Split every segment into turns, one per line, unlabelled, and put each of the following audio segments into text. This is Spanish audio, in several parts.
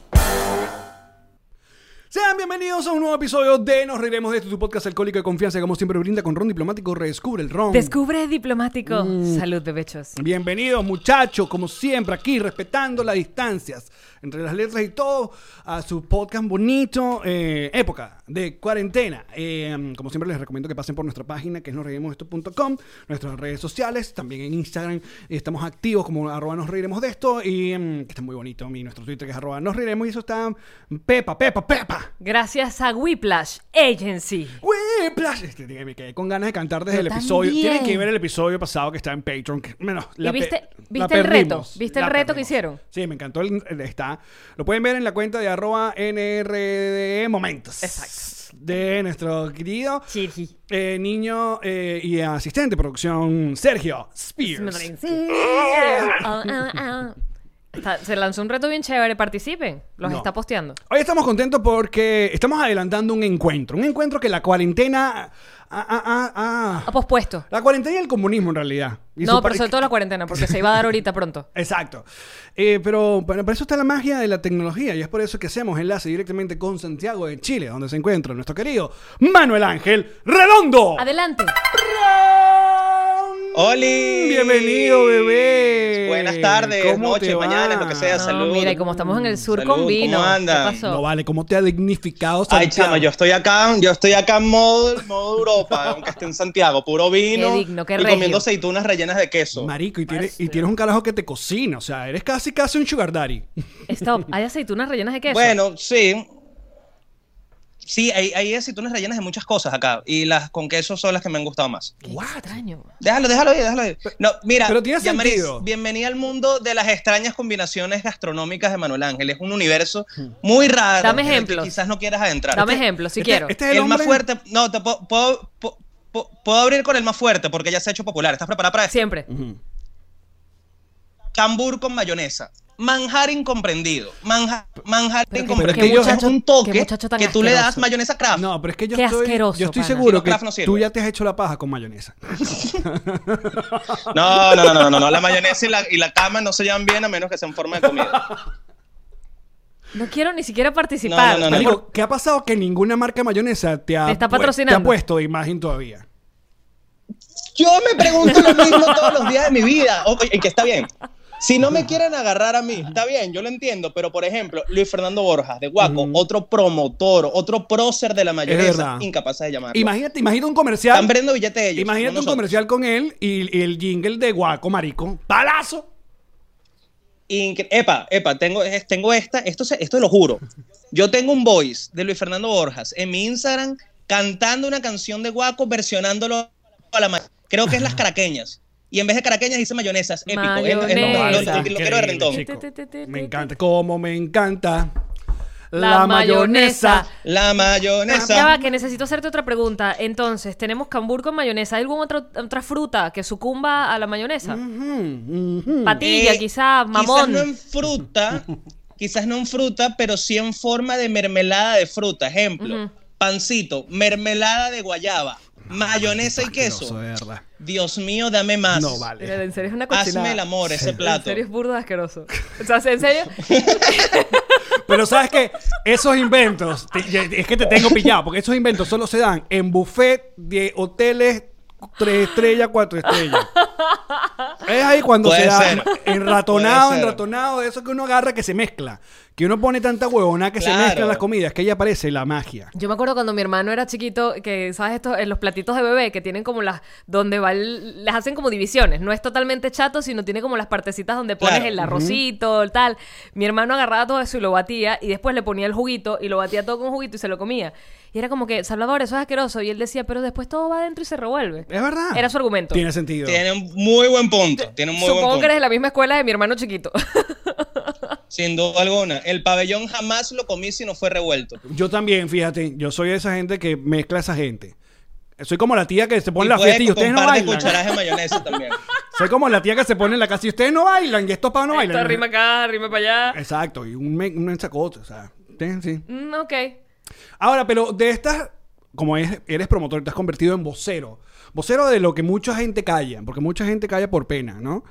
Sean bienvenidos a un nuevo episodio de Nos Reiremos de esto, tu podcast alcohólico de confianza que como siempre brinda con Ron Diplomático, redescubre el Ron.
Descubre diplomático.
Mm.
Salud, bebechos.
Bienvenidos muchachos, como siempre aquí, respetando las distancias entre las letras y todo, a su podcast bonito, eh, época de cuarentena. Eh, como siempre les recomiendo que pasen por nuestra página que es nosreiremosdeesto.com, nuestras redes sociales, también en Instagram estamos activos como arroba nos reiremos de esto y mm, que está muy bonito, y nuestro Twitter que es arroba nos reiremos y eso está mm, pepa, pepa, pepa.
Gracias a Whiplash Agency.
Whiplash. Es que Me quedé con ganas de cantar desde
Yo
el episodio.
también.
Tienen que ver el episodio pasado que está en Patreon. que- bueno, la pe-
viste-
la
viste el reto?
perdimos,
¿Viste
la
el reto que
perdimos.
hicieron?
Sí, me encantó. el- el- está. Lo pueden ver en la cuenta de arroba NRD E Momentos.
Exacto.
De nuestro querido
Chirji.
eh, niño eh, y asistente de producción, Sergio Spears.
Ah, ah, ah. Está- se lanzó un reto bien chévere. Participen. Los
No.
está posteando.
Hoy estamos contentos porque estamos adelantando un encuentro. Un encuentro que la cuarentena. ah, ah, ah, ah.
Ha pospuesto.
La cuarentena y el comunismo, en realidad. Y
No,
su par-
pero sobre todo la cuarentena, porque se iba a dar ahorita pronto.
Exacto. Eh, pero bueno, para eso está la magia de la tecnología y es por eso que hacemos enlace directamente con Santiago de Chile, donde se encuentra nuestro querido Manuel Ángel Redondo.
Adelante.
¡Holi!
Bienvenido, bebé.
Buenas tardes,
¿Cómo te
noches,
va?
mañana, lo que sea.
No,
salud.
mira, y como estamos en el sur
Salud,
con vino.
¿cómo andan?
¿Qué pasó?
No vale, ¿cómo te ha dignificado Santiago?
Ay, chama, yo estoy acá, yo estoy acá en modo, modo Europa, aunque esté en Santiago, puro vino.
Qué digno, qué
y
regio.
comiendo aceitunas rellenas de queso.
Marico, y tienes, y tienes un carajo que te cocina, o sea, eres casi casi un sugar daddy.
Stop. ¿Hay aceitunas rellenas de queso?
bueno, sí. Sí, hay, hay aceitunas rellenas de muchas cosas acá. Y las con queso son las que me han gustado más.
Qué extraño.
Déjalo, déjalo ir, déjalo ir. No, mira,
pero tiene
Yamaris,
sentido.
bienvenida al mundo de las extrañas combinaciones gastronómicas de Manuel Ángel. Es un universo muy raro.
Dame
en el que
ejemplos.
Quizás no quieras adentrar.
Dame
Este-
ejemplos, si
Hmm. Este-
quiero.
este es
El,
el,
más
hombre-
fuerte. No, te puedo, puedo- pu- pu- puedo abrir con el más fuerte porque ya se ha hecho popular. ¿Estás preparada para esto?
Siempre.
Cambur con mayonesa. Manjar incomprendido. Manja- manjar
Pero qué-
qué
incomprendido. Es
muchacho-
un
qué
toque
muchacho tan
que tú le das
asqueroso.
mayonesa craft.
No, pero es que yo
Qué
estoy,
asqueroso,
yo estoy
pana.
seguro
Los
que
craft no sirven.
tú ya te has hecho la paja con mayonesa.
No, no, no, no, no, no. La mayonesa y la, y la cama no se llevan bien a menos que sean forma de comida.
No quiero ni siquiera participar.
No, no,
Marico, ¿qué ha pasado que ninguna marca de mayonesa te ha,
Te está
pu-
patrocinando.
te ha puesto de imagen todavía?
Yo me pregunto lo mismo todos los días de mi vida. Oye, y que está bien. Si no me quieren agarrar a mí, está bien, yo lo entiendo, pero por ejemplo, Luis Fernando Borjas de Guaco, otro promotor, otro prócer de la mayonesa,
verdad.
incapaz de llamarlo.
Imagínate, imagina un comercial.
Están perdiendo billetes ellos.
imagínate un
no nosotros.
comercial con él y, y el jingle de Guaco, marico. ¡Palazo!
Incre- epa, epa, tengo, es- tengo esta, esto, se- esto lo juro. Yo tengo un voice de Luis Fernando Borjas en mi Instagram cantando una canción de Guaco, versionándolo a la ma- Creo que es las caraqueñas. Y en vez de caraqueñas dice mayonesas. Épico. Es- es- Eh, no,
Mayonesa.
lo- lo- lo quiero de rentón.
Increíble, chico. Me encanta, como me encanta. La,
La
mayonesa.
mayonesa.
La
Ya va,
mayonesa.
que necesito hacerte otra pregunta. Entonces, tenemos cambur con mayonesa. ¿Hay alguna otra, otra fruta que sucumba a la mayonesa?
Mm, mm.
Patilla,
Eh,
quizás,
Quizás
mamón.
no en fruta, quizás no en fruta, pero sí en forma de mermelada de fruta. Ejemplo,
Ujú.
pancito, mermelada de guayaba, mayonesa y
Ah, Asqueroso,
queso.
de verdad.
Dios mío, dame más.
No vale.
Mira, en serio es una cochinada.
Hazme el amor, ese
En
plato.
serio es burdo de asqueroso. O sea, en serio,
Pero sabes que esos inventos, te- ya- es que te tengo pillado, porque esos inventos solo se dan en buffet de hoteles tres estrellas, cuatro estrellas. es ahí cuando
Puede
se
ser.
da enratonado,
Puede ser.
enratonado, eso que uno agarra que se mezcla. Que uno pone tanta huevona que
Claro.
se mezclan las comidas, que ahí aparece la magia.
Yo me acuerdo cuando mi hermano era chiquito, que sabes esto, en los platitos de bebé, que tienen como las, donde va, el- les hacen como divisiones, no es totalmente chato, sino tiene como las partecitas donde pones
Claro.
el arrocito, el tal. Mi hermano agarraba todo eso y lo batía, y después le ponía el juguito, y lo batía todo con juguito y se lo comía. Y era como que, Salvador, eso es asqueroso, y él decía, pero después todo va adentro y se revuelve.
Es verdad.
Era su argumento.
Tiene sentido.
Tiene un muy buen punto. Tiene un muy buen
Supongo
punto.
que eres de la misma escuela de mi hermano chiquito.
Sin duda alguna. El pabellón jamás lo comí si no fue revuelto.
Yo también, fíjate, yo soy de esa gente que mezcla a esa gente. Soy como la tía que se pone
Y
en la
puede
fiesta y
con
ustedes no
par de
bailan.
cucharadas de mayonesa también.
Soy como la tía que se pone en la casa y ustedes no bailan y estos pavos no
Esto
bailan.
rima acá, rima para allá.
Exacto, y un, me- un sacote, o sea, sí, sí.
Mm, ok.
Ahora, pero de estas, como es- eres promotor, te has convertido en vocero. Vocero de lo que mucha gente calla, porque mucha gente calla por pena, ¿no?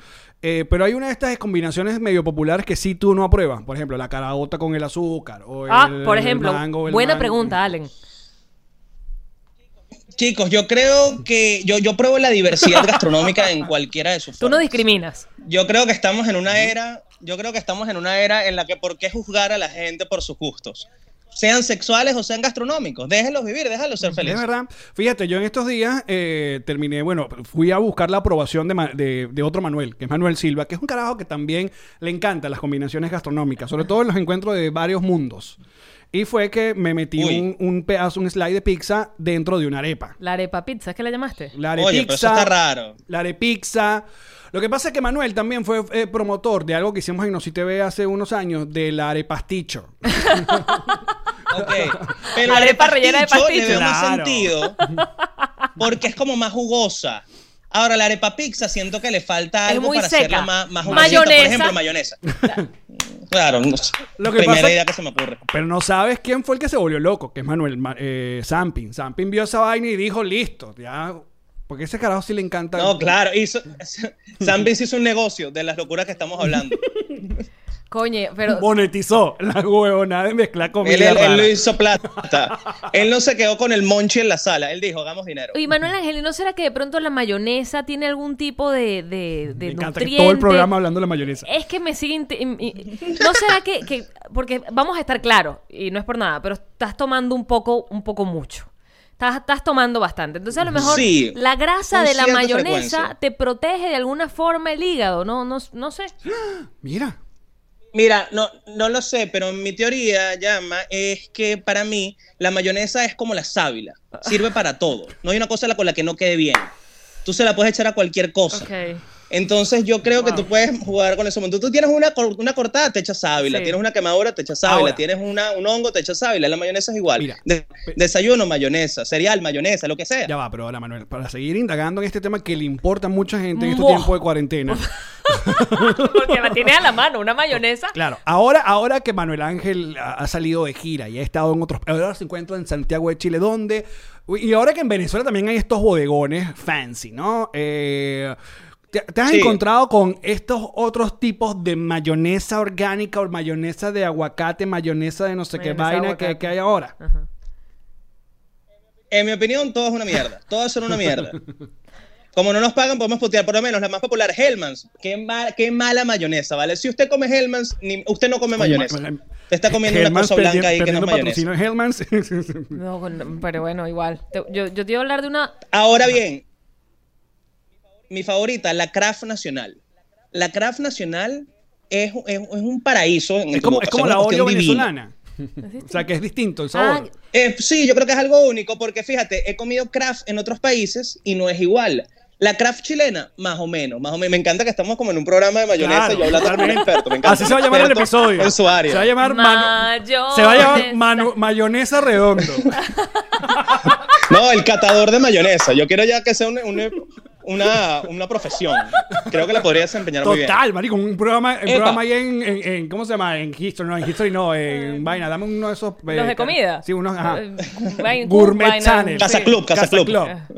Eh, pero hay una de estas combinaciones medio populares que sí tú no apruebas. Por ejemplo, la caraota con el azúcar. O
Ah,
el-
por
el
ejemplo,
mango, el
buena
mango.
pregunta, Allen.
Chicos, yo creo que yo, yo pruebo la diversidad gastronómica en cualquiera de sus
Tú no
formas.
discriminas.
Yo creo que estamos en una era, yo creo que estamos en una era en la que por qué juzgar a la gente por sus gustos, sean sexuales o sean gastronómicos, déjenlos vivir, déjenlos ser
Es
felices.
verdad. Fíjate, yo en estos días eh, terminé, bueno, fui a buscar la aprobación de, Ma- de- de otro Manuel, que es Manuel Silva, que es un carajo que también le encantan las combinaciones gastronómicas, sobre todo en los encuentros de varios mundos. Y fue que me metí
Uy.
un, un pedazo, un slide de pizza dentro de una arepa.
La arepa pizza, ¿qué la llamaste?
La arepizza.
Oye, pero eso está raro.
La arepizza. Lo que pasa es que Manuel también fue eh, promotor de algo que hicimos en Noci TV hace unos años, del arepasticho.
Ok. Pero la
Arepa rellena de
Le
pasticho.
veo más
Claro.
sentido porque es como más jugosa. Ahora, la arepa pizza siento que le falta
Es
algo
muy
para
seca.
hacerla más, más
Mayonesa.
jugosita. Por ejemplo, mayonesa. Claro, no sé.
Lo que
primera
pasa-
idea que se me ocurre.
Pero no sabes quién fue el que se volvió loco, que es Manuel Ma- eh, Sampin. Sampin vio esa vaina y dijo, listo, ya. Porque ese carajo sí le encanta.
No, claro. Hizo, San Vinci hizo un negocio de las locuras que estamos hablando.
Coño, pero
Monetizó la huevonada de mezclar comida.
Él, él- él
rara.
lo hizo plata. él no se quedó con el monchi en la sala. Él dijo, hagamos dinero.
Y Manuel Ángel, ¿y ¿no será que de pronto la mayonesa tiene algún tipo de, de, de
Me encanta que
nutriente?
todo el programa hablando de la mayonesa.
Es que me sigue... inte- im- i- ¿No será que, que- Porque vamos a estar claros, y no es por nada, pero estás tomando un poco, un poco mucho. Estás, estás tomando bastante. Entonces, a lo mejor
Sí,
la grasa
con
de la
cierta
mayonesa
frecuencia.
te protege de alguna forma el hígado. No, no, no sé.
Mira.
Mira, no, no lo sé, pero mi teoría, Llama, es que para mí la mayonesa es como la sábila. Sirve para todo. No hay una cosa la- con la que no quede bien. Tú se la puedes echar a cualquier cosa.
Ok.
Entonces yo creo que tú puedes jugar con eso. Tú, tú tienes una, cor- una cortada, te echas sábila.
Sí.
Tienes una quemadura, te echas sábila.
Ahora.
Tienes una, un hongo, te echas sábila. La mayonesa es igual.
Mira.
De- desayuno, mayonesa. Cereal, mayonesa, lo que sea.
Ya va, pero ahora, Manuel, para seguir indagando en este tema que le importa a mucha gente en estos
Mo.
tiempos de cuarentena.
Porque la tiene a la mano, una mayonesa.
Claro, ahora, ahora que Manuel Ángel ha, ha salido de gira y ha estado en otros... Ahora se encuentra en Santiago de Chile, donde... Y ahora que en Venezuela también hay estos bodegones fancy, ¿no? Eh, ¿Te, te has
Sí.
encontrado con estos otros tipos de mayonesa orgánica o mayonesa de aguacate, mayonesa de no sé qué
Mayonesa de
vaina que,
aguacate.
que hay ahora?
En mi opinión, todo es una mierda. Todas son una mierda. Como no nos pagan, podemos putear. Por lo menos la más popular, Hellmans. Qué, ma- qué mala mayonesa, ¿vale? Si usted come Hellmans, ni- usted no come mayonesa.
Ma- ma-
Te está comiendo una
Hellmann's
cosa blanca ahí que no
perdiendo
es mayonesa.
patrocinio en Hellmann's.
No, con- pero bueno, igual. Te- Yo, yo te iba a hablar de una
Ahora bien, mi favorita, la Kraft Nacional. La Kraft Nacional es, es- es un paraíso. En
es como,
tu
es
boca,
como
una
la Oreo
cuestión divina.
venezolana. o sea, que es distinto el
Ah,
sabor.
Eh, sí, yo creo que es algo único porque fíjate, he comido craft en otros países y no es igual. La craft chilena, más o menos, más o menos. Me encanta que estamos como en un programa de mayonesa
Claro,
y yo hablando con un
totalmente.
experto. Me encanta.
Así se va a llamar el
Experto
episodio.
En su área.
Se va a llamar mano-
Mayonesa.
Se va a llamar manu- mayonesa redondo.
No, el catador de mayonesa. Yo quiero ya que sea un, un- una, una profesión. Creo que la podría desempeñar muy bien.
Total, marico, un programa, un
Epa.
programa ahí en, en- en- ¿cómo se llama? En History, no, en History no, en Vaina, dame uno de esos... eh,
Los de comida.
Sí, unos, ajá.
Eh, vain-
Gourmet
vaina-
Channel.
Casa
sí.
Club, Casa,
Casa
Club.
Eh.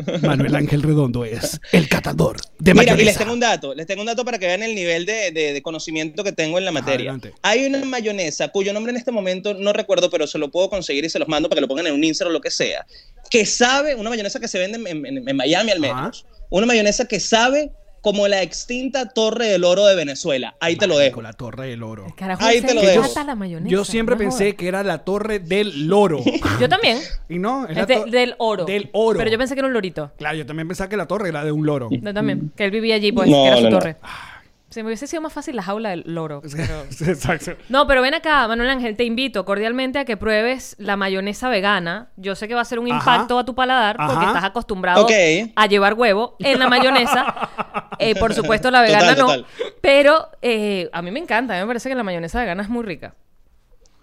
Club. Manuel Ángel Redondo es el catador de
Mira, este
mayonesa.
y les tengo un dato, les tengo un dato para que vean el nivel de, de- de conocimiento que tengo en la materia.
Adelante.
Hay una mayonesa cuyo nombre en este momento no recuerdo, pero se lo puedo conseguir y se los mando para que lo pongan en un Instagram o lo que sea. Que sabe, una mayonesa que se vende en, en- en Miami al menos, una mayonesa que sabe como la extinta Torre del Oro de Venezuela. Ahí te lo dejo.
Con la torre del oro.
Carajo,
Ahí
¿en
te
serio?
lo dejo.
Mata la mayonesa,
Yo siempre
no
pensé
jodas.
que era la torre del loro.
Yo también.
y no, es la
Es de-
tor-
del oro.
Del oro.
Pero yo pensé que era un lorito.
Claro, yo también pensaba que la torre era de un loro.
Yo también. Que él vivía allí, pues,
No,
que era su
no, no.
torre.
Ah.
Se me hubiese sido más fácil la jaula del loro. pero-
Exacto.
No, pero ven acá, Manuel Ángel, te invito cordialmente a que pruebes la mayonesa vegana. Yo sé que va a ser un
Ajá.
impacto a tu paladar porque
Ajá.
estás acostumbrado
Ok.
a llevar huevo en la mayonesa. Eh, por supuesto, la vegana
Total,
no.
total.
Pero eh, a mí me encanta, a mí me parece que la mayonesa vegana es muy rica.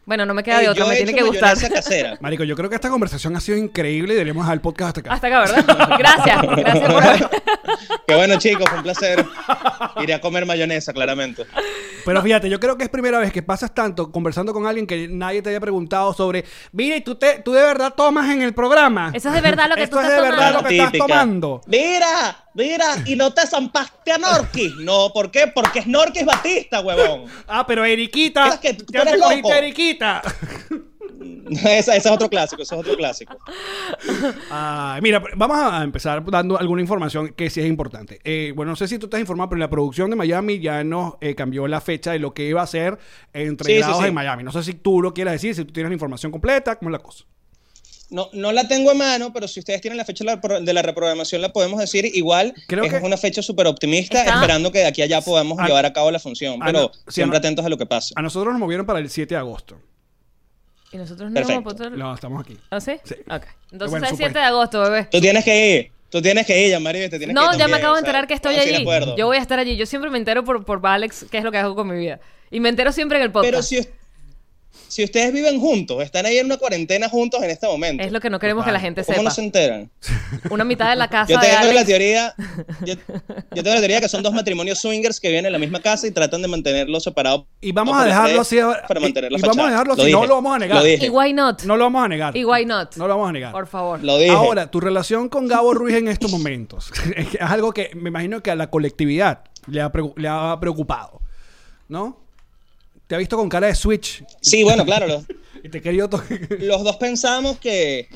Bueno, no me queda de
Eh,
otra,
yo
me
he
tiene
hecho
que gustar.
mayonesa casera.
Marico, yo creo que esta conversación ha sido increíble y deberíamos dejar el podcast hasta acá.
Hasta acá, ¿verdad? Gracias, gracias por haber.
Que bueno, chicos, fue un placer. Iré a comer mayonesa, claramente.
Pero fíjate, yo creo que es primera vez que pasas tanto conversando con alguien que nadie te haya preguntado sobre, mira, ¿y tú, te, tú de verdad tomas en el programa?
Eso es de verdad lo que
Esto
tú
es
estás
de verdad
tomando.
lo que estás tomando.
Mira, mira, y no te zampaste a Norquis. No, ¿por qué? Porque es Norquis Batista, huevón.
Ah, pero Eriquita,
Es que tú
ya
eres
te cogiste
loco.
a Eriquita.
Ese, ese es otro clásico, ese es otro clásico.
Ay, mira, vamos a empezar dando alguna información que sí es importante. Eh, bueno, no sé si tú estás informado, pero la producción de Miami ya nos eh, cambió la fecha de lo que iba a ser entrenados
Sí, sí, sí.
en Miami. No sé si tú lo quieras decir, si tú tienes la información completa, cómo es la cosa.
No, no la tengo a mano, pero si ustedes tienen la fecha de la pro- de la reprogramación, la podemos decir. Igual
Creo
es
que-
una fecha súper optimista,
Está-
esperando que de aquí a allá podamos
Ah,
llevar a cabo la función,
ah,
pero
no, sí,
siempre
ah, no.
atentos a lo que pasa.
A nosotros nos movieron para el 7 de agosto.
Y nosotros no
Perfecto.
vamos a poder-
No, estamos aquí.
¿Ah, sí?
Sí.
Ok. Entonces
Bueno,
es el 7
supuesto.
de agosto, bebé.
Tú tienes que ir, tú tienes que ir, Yamari, te tienes que ir
No, ya
también,
me acabo de
o sea,
enterar que estoy
estamos de
allí.
acuerdo.
Yo voy a estar allí. Yo siempre me entero por, por Alex qué es lo que hago con mi vida. Y me entero siempre en el podcast.
Pero si, us- si ustedes viven juntos, están ahí en una cuarentena juntos en este momento.
Es lo que no queremos que la gente
¿Cómo
sepa.
no se enteran?
Una mitad de la casa
Yo
de
tengo la
Alex.
teoría, yo, yo tengo la teoría que son dos matrimonios swingers que vienen en la misma casa y tratan de mantenerlos separados.
Y vamos
por
a dejarlo
paredes
así ahora.
Para
Y-
mantener la
y vamos a
fachada.
dejarlo así, no
dije,
lo vamos a negar.
Lo dije.
Y why not.
No lo vamos a negar.
Y why not.
No lo vamos a negar.
Por favor.
Lo dije.
Ahora, tu relación con Gabo Ruiz en estos momentos es que es algo que me imagino que a la colectividad le ha, pregu- le ha preocupado, ¿no? Te ha visto con cara de switch
Sí, bueno, claro. Los,
y te ha querido to-
los dos pensábamos que,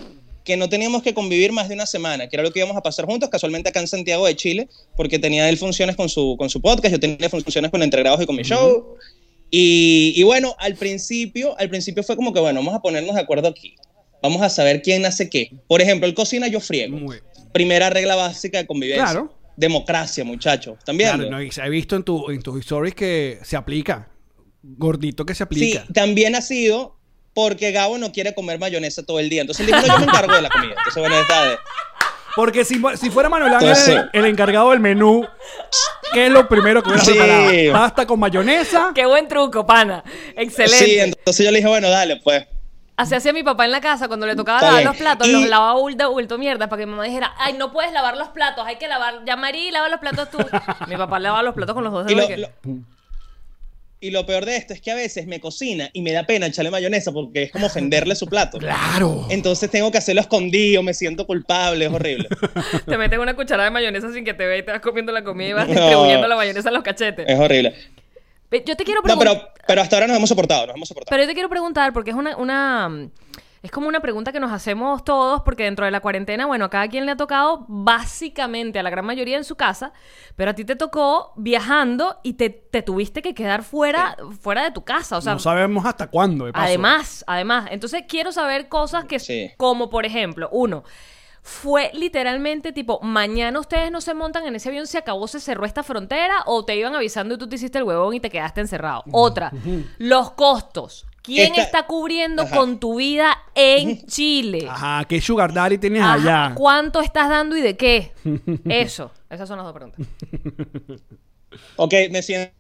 que no teníamos que convivir más de una semana, que era lo que íbamos a pasar juntos, casualmente acá en Santiago de Chile, porque tenía él funciones con su, con su podcast, yo tenía funciones con Entregrados y con mi show. Y, y bueno, al principio, al principio fue como que, bueno, vamos a ponernos de acuerdo aquí. Vamos a saber quién hace qué. Por ejemplo, él cocina, yo friego.
Muy bien.
Primera regla básica de convivencia.
Claro.
Democracia, muchachos. ¿También?
Claro, no, y se ha visto en, tu, en tus stories que se aplica. Gordito que se
Sí,
aplica.
también ha sido porque Gabo no quiere comer mayonesa todo el día. Entonces él dijo, no, yo me encargo de la comida. Entonces, bueno, está de-
Porque si, si fuera Manuel Ángel
Entonces-
el, el encargado del menú, ¿qué es lo primero que hubiera
Sí.
preparado? Pasta con mayonesa.
Qué buen truco, pana. Excelente.
Sí, entonces yo le dije, bueno, dale, pues.
Así hacía mi papá en la casa cuando le tocaba
Está
lavar
bien.
los platos,
Y-
los lavaba bulto, bulto mierda para que mi mamá dijera, ay, no puedes lavar los platos, hay que lavar, ya Marí, lava los platos tú. mi papá lavaba los platos con los dos
Y
dedos.
lo,
y que-
lo- y lo peor de esto es que a veces me cocina y me da pena echarle mayonesa porque es como ofenderle su plato.
Claro.
Entonces tengo que hacerlo escondido, me siento culpable, es horrible.
Te metes una cucharada de mayonesa sin que te vea y te vas comiendo la comida y vas
No.
distribuyendo la mayonesa en los cachetes.
Es horrible.
Ve, Yo te quiero
No,
preguntar.
pero, pero hasta ahora nos hemos soportado, nos hemos soportado.
Pero yo te quiero preguntar, porque es una, una. Es como una pregunta que nos hacemos todos, porque dentro de la cuarentena, bueno, a cada quien le ha tocado básicamente a la gran mayoría en su casa, pero a ti te tocó viajando y te, te tuviste que quedar fuera, fuera de tu casa. O sea,
no sabemos hasta cuándo. de paso.
Además, además. Entonces quiero saber cosas que,
Sí.
como por ejemplo, uno, fue literalmente tipo, mañana ustedes no se montan en ese avión, se acabó, se cerró esta frontera, o te iban avisando y tú te hiciste el huevón y te quedaste encerrado. Otra, los costos. ¿Quién
Esta-
está cubriendo
Ajá.
con tu vida en Chile?
Ajá, qué sugar daddy tienes
Ajá,
allá.
¿Cuánto estás dando y de qué? Eso. Esas son las dos preguntas.
Ok, me siento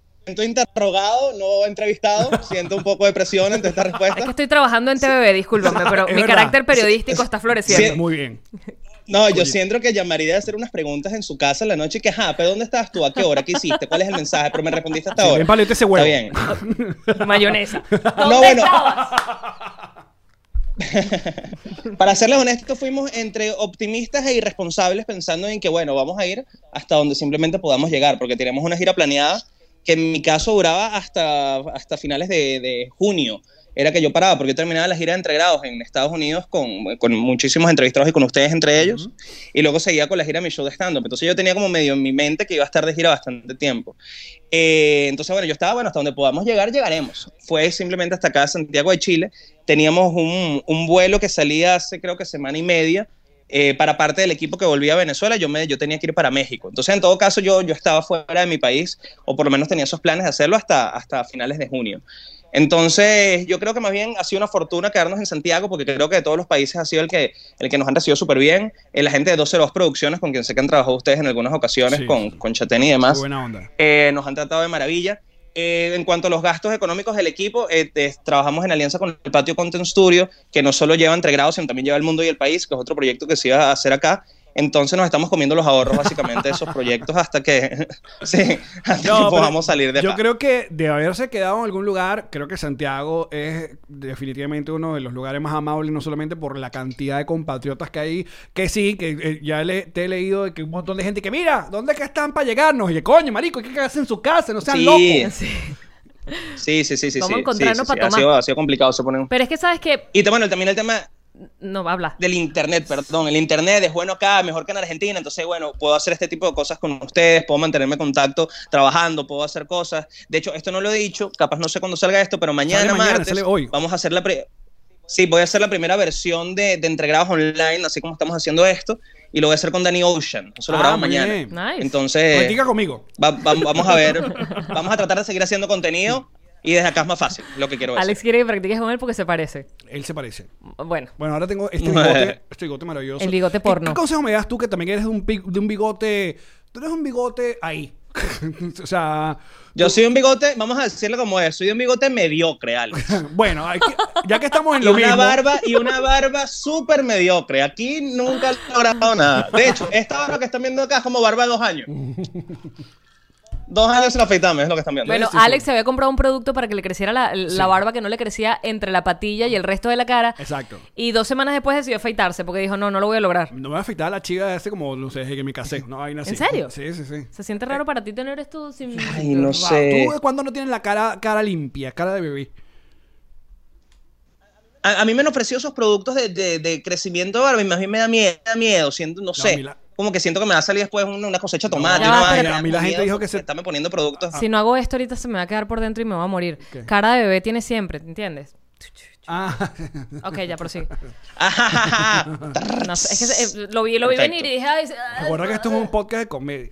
interrogado, no entrevistado, siento un poco de presión ante esta
Es que
respuesta.
estoy trabajando en TVB, discúlpame, pero
Es
mi
verdad.
carácter periodístico está floreciendo.
Sí.
Muy bien.
No, yo siento que llamaría a hacer unas preguntas en su casa en la noche y que, ajá, pero ¿dónde estabas tú? ¿A qué hora? ¿Qué hiciste? ¿Cuál es el mensaje? Pero me respondiste hasta
Sí,
ahora.
ven, paleta ese huevo.
Está bien.
Mayonesa. ¿Dónde
bueno.
estabas?
Para serles honestos, fuimos entre optimistas e irresponsables pensando en que, bueno, vamos a ir hasta donde simplemente podamos llegar, porque tenemos una gira planeada que en mi caso duraba hasta, hasta finales de, de junio. Era que yo paraba, porque yo terminaba la gira de entregados en Estados Unidos con, con muchísimos entrevistados y con ustedes entre ellos, y luego seguía con la gira de mi show de stand-up. Entonces yo tenía como medio en mi mente que iba a estar de gira bastante tiempo. Eh, entonces, bueno, yo estaba, bueno, hasta donde podamos llegar, llegaremos. Fue simplemente hasta acá, Santiago de Chile. Teníamos un, un vuelo que salía hace creo que semana y media eh, para parte del equipo que volvía a Venezuela. Yo, me, yo tenía que ir para México. Entonces, en todo caso, yo, yo estaba fuera de mi país, o por lo menos tenía esos planes de hacerlo hasta, hasta finales de junio. Entonces, yo creo que más bien ha sido una fortuna quedarnos en Santiago, porque creo que de todos los países ha sido el que, el que nos han recibido súper bien. Eh, la gente de 202 Producciones, con quien sé que han trabajado ustedes en algunas ocasiones,
Sí.
con, con Chatén y demás.
Qué buena onda.
Eh, nos han tratado de maravilla. Eh, en cuanto a los gastos económicos del equipo, eh, te- trabajamos en alianza con el Patio Content Studio, que no solo lleva entre grados, sino también lleva el mundo y el país, que es otro proyecto que se iba a hacer acá. Entonces nos estamos comiendo los ahorros básicamente de esos proyectos hasta que, sí, hasta que
pero
podamos salir de
Yo
acá.
creo que de haberse quedado en algún lugar, creo que Santiago es definitivamente uno de los lugares más amables, no solamente por la cantidad de compatriotas que hay, que sí, que eh, ya le- te he leído de que un montón de gente que mira, ¿dónde es que están para llegarnos? Y yo, coño, marico, hay que quedarse en su casa, no sean
Sí.
locos.
Sí.
Sí, sí, sí, sí.
Vamos
sí,
a encontrarnos
sí, sí,
para
sí. Ha
tomar.
sido, ha sido complicado, se ponen-
Pero es que sabes que.
Y te- bueno, también el tema
No, habla.
del internet, perdón, el internet es bueno acá, mejor que en Argentina, entonces bueno, puedo hacer este tipo de cosas con ustedes, puedo mantenerme en contacto trabajando, puedo hacer cosas. De hecho, esto no lo he dicho, capaz no sé cuándo salga esto, pero mañana,
Sale mañana,
martes,
sale hoy.
vamos a hacer la pre- Sí, voy a hacer la primera versión de, de entregrados online, así como estamos haciendo esto, y lo voy a hacer con Danny Ocean. Eso lo
Ah,
grabamos
muy
mañana.
bien.
Nice.
Entonces,
Practica conmigo.
va- va- vamos a ver, vamos a tratar de seguir haciendo contenido y desde acá es más fácil, lo que quiero decir.
Alex quiere que practiques con él porque se parece.
Él se parece.
Bueno.
Bueno, ahora tengo este bigote, este bigote maravilloso.
El bigote
¿Qué-
porno.
¿Qué, consejo me das tú que también eres de un, pi- de un bigote? Tú eres un bigote ahí. o sea,
Yo soy un bigote, vamos a decirlo como es, soy un bigote mediocre, Alex.
bueno, hay que- ya que estamos en
y
lo
una
mismo.
barba y una barba súper mediocre. Aquí nunca he logrado nada. De hecho, esta barba que están viendo acá es como barba de dos años. Dos años sin afeitarme, es lo que están viendo.
Bueno,
sí, sí.
Alex se había comprado un producto para que le creciera la, la barba que no le crecía entre la patilla y el resto de la cara.
Exacto.
Y dos semanas después decidió afeitarse porque dijo, no, no lo voy a lograr.
No me va a afeitar a la chica de hace como, no sé, desde que me casé. Una vaina así.
¿En serio?
Sí, sí, sí.
Se siente raro para ti tener esto sin...
Ay, no
Wow,
sé.
¿Tú cuándo no tienes la cara, cara limpia, cara de bebé?
A, a mí me han ofrecido esos productos de, de- de crecimiento de barba y más bien me da miedo, me da miedo siento, no,
a mí
sé.
la-
Como que siento que me va a salir después una, una cosecha de tomate.
ya
una
va,
vaina,
pero-
me
a mí la
da
gente
miedo
dijo que
porque
se-
Están poniendo productos.
Si no hago esto ahorita se me va a quedar por dentro y me va a morir. Cara de bebé tiene siempre, ¿entiendes?
Ah,
Ok, ya prosigue.
Ah,
No sé, es que se- eh, lo vi, lo vi
Perfecto.
venir y dije, ay, se- ay,
recuerda que esto es un podcast de comedia.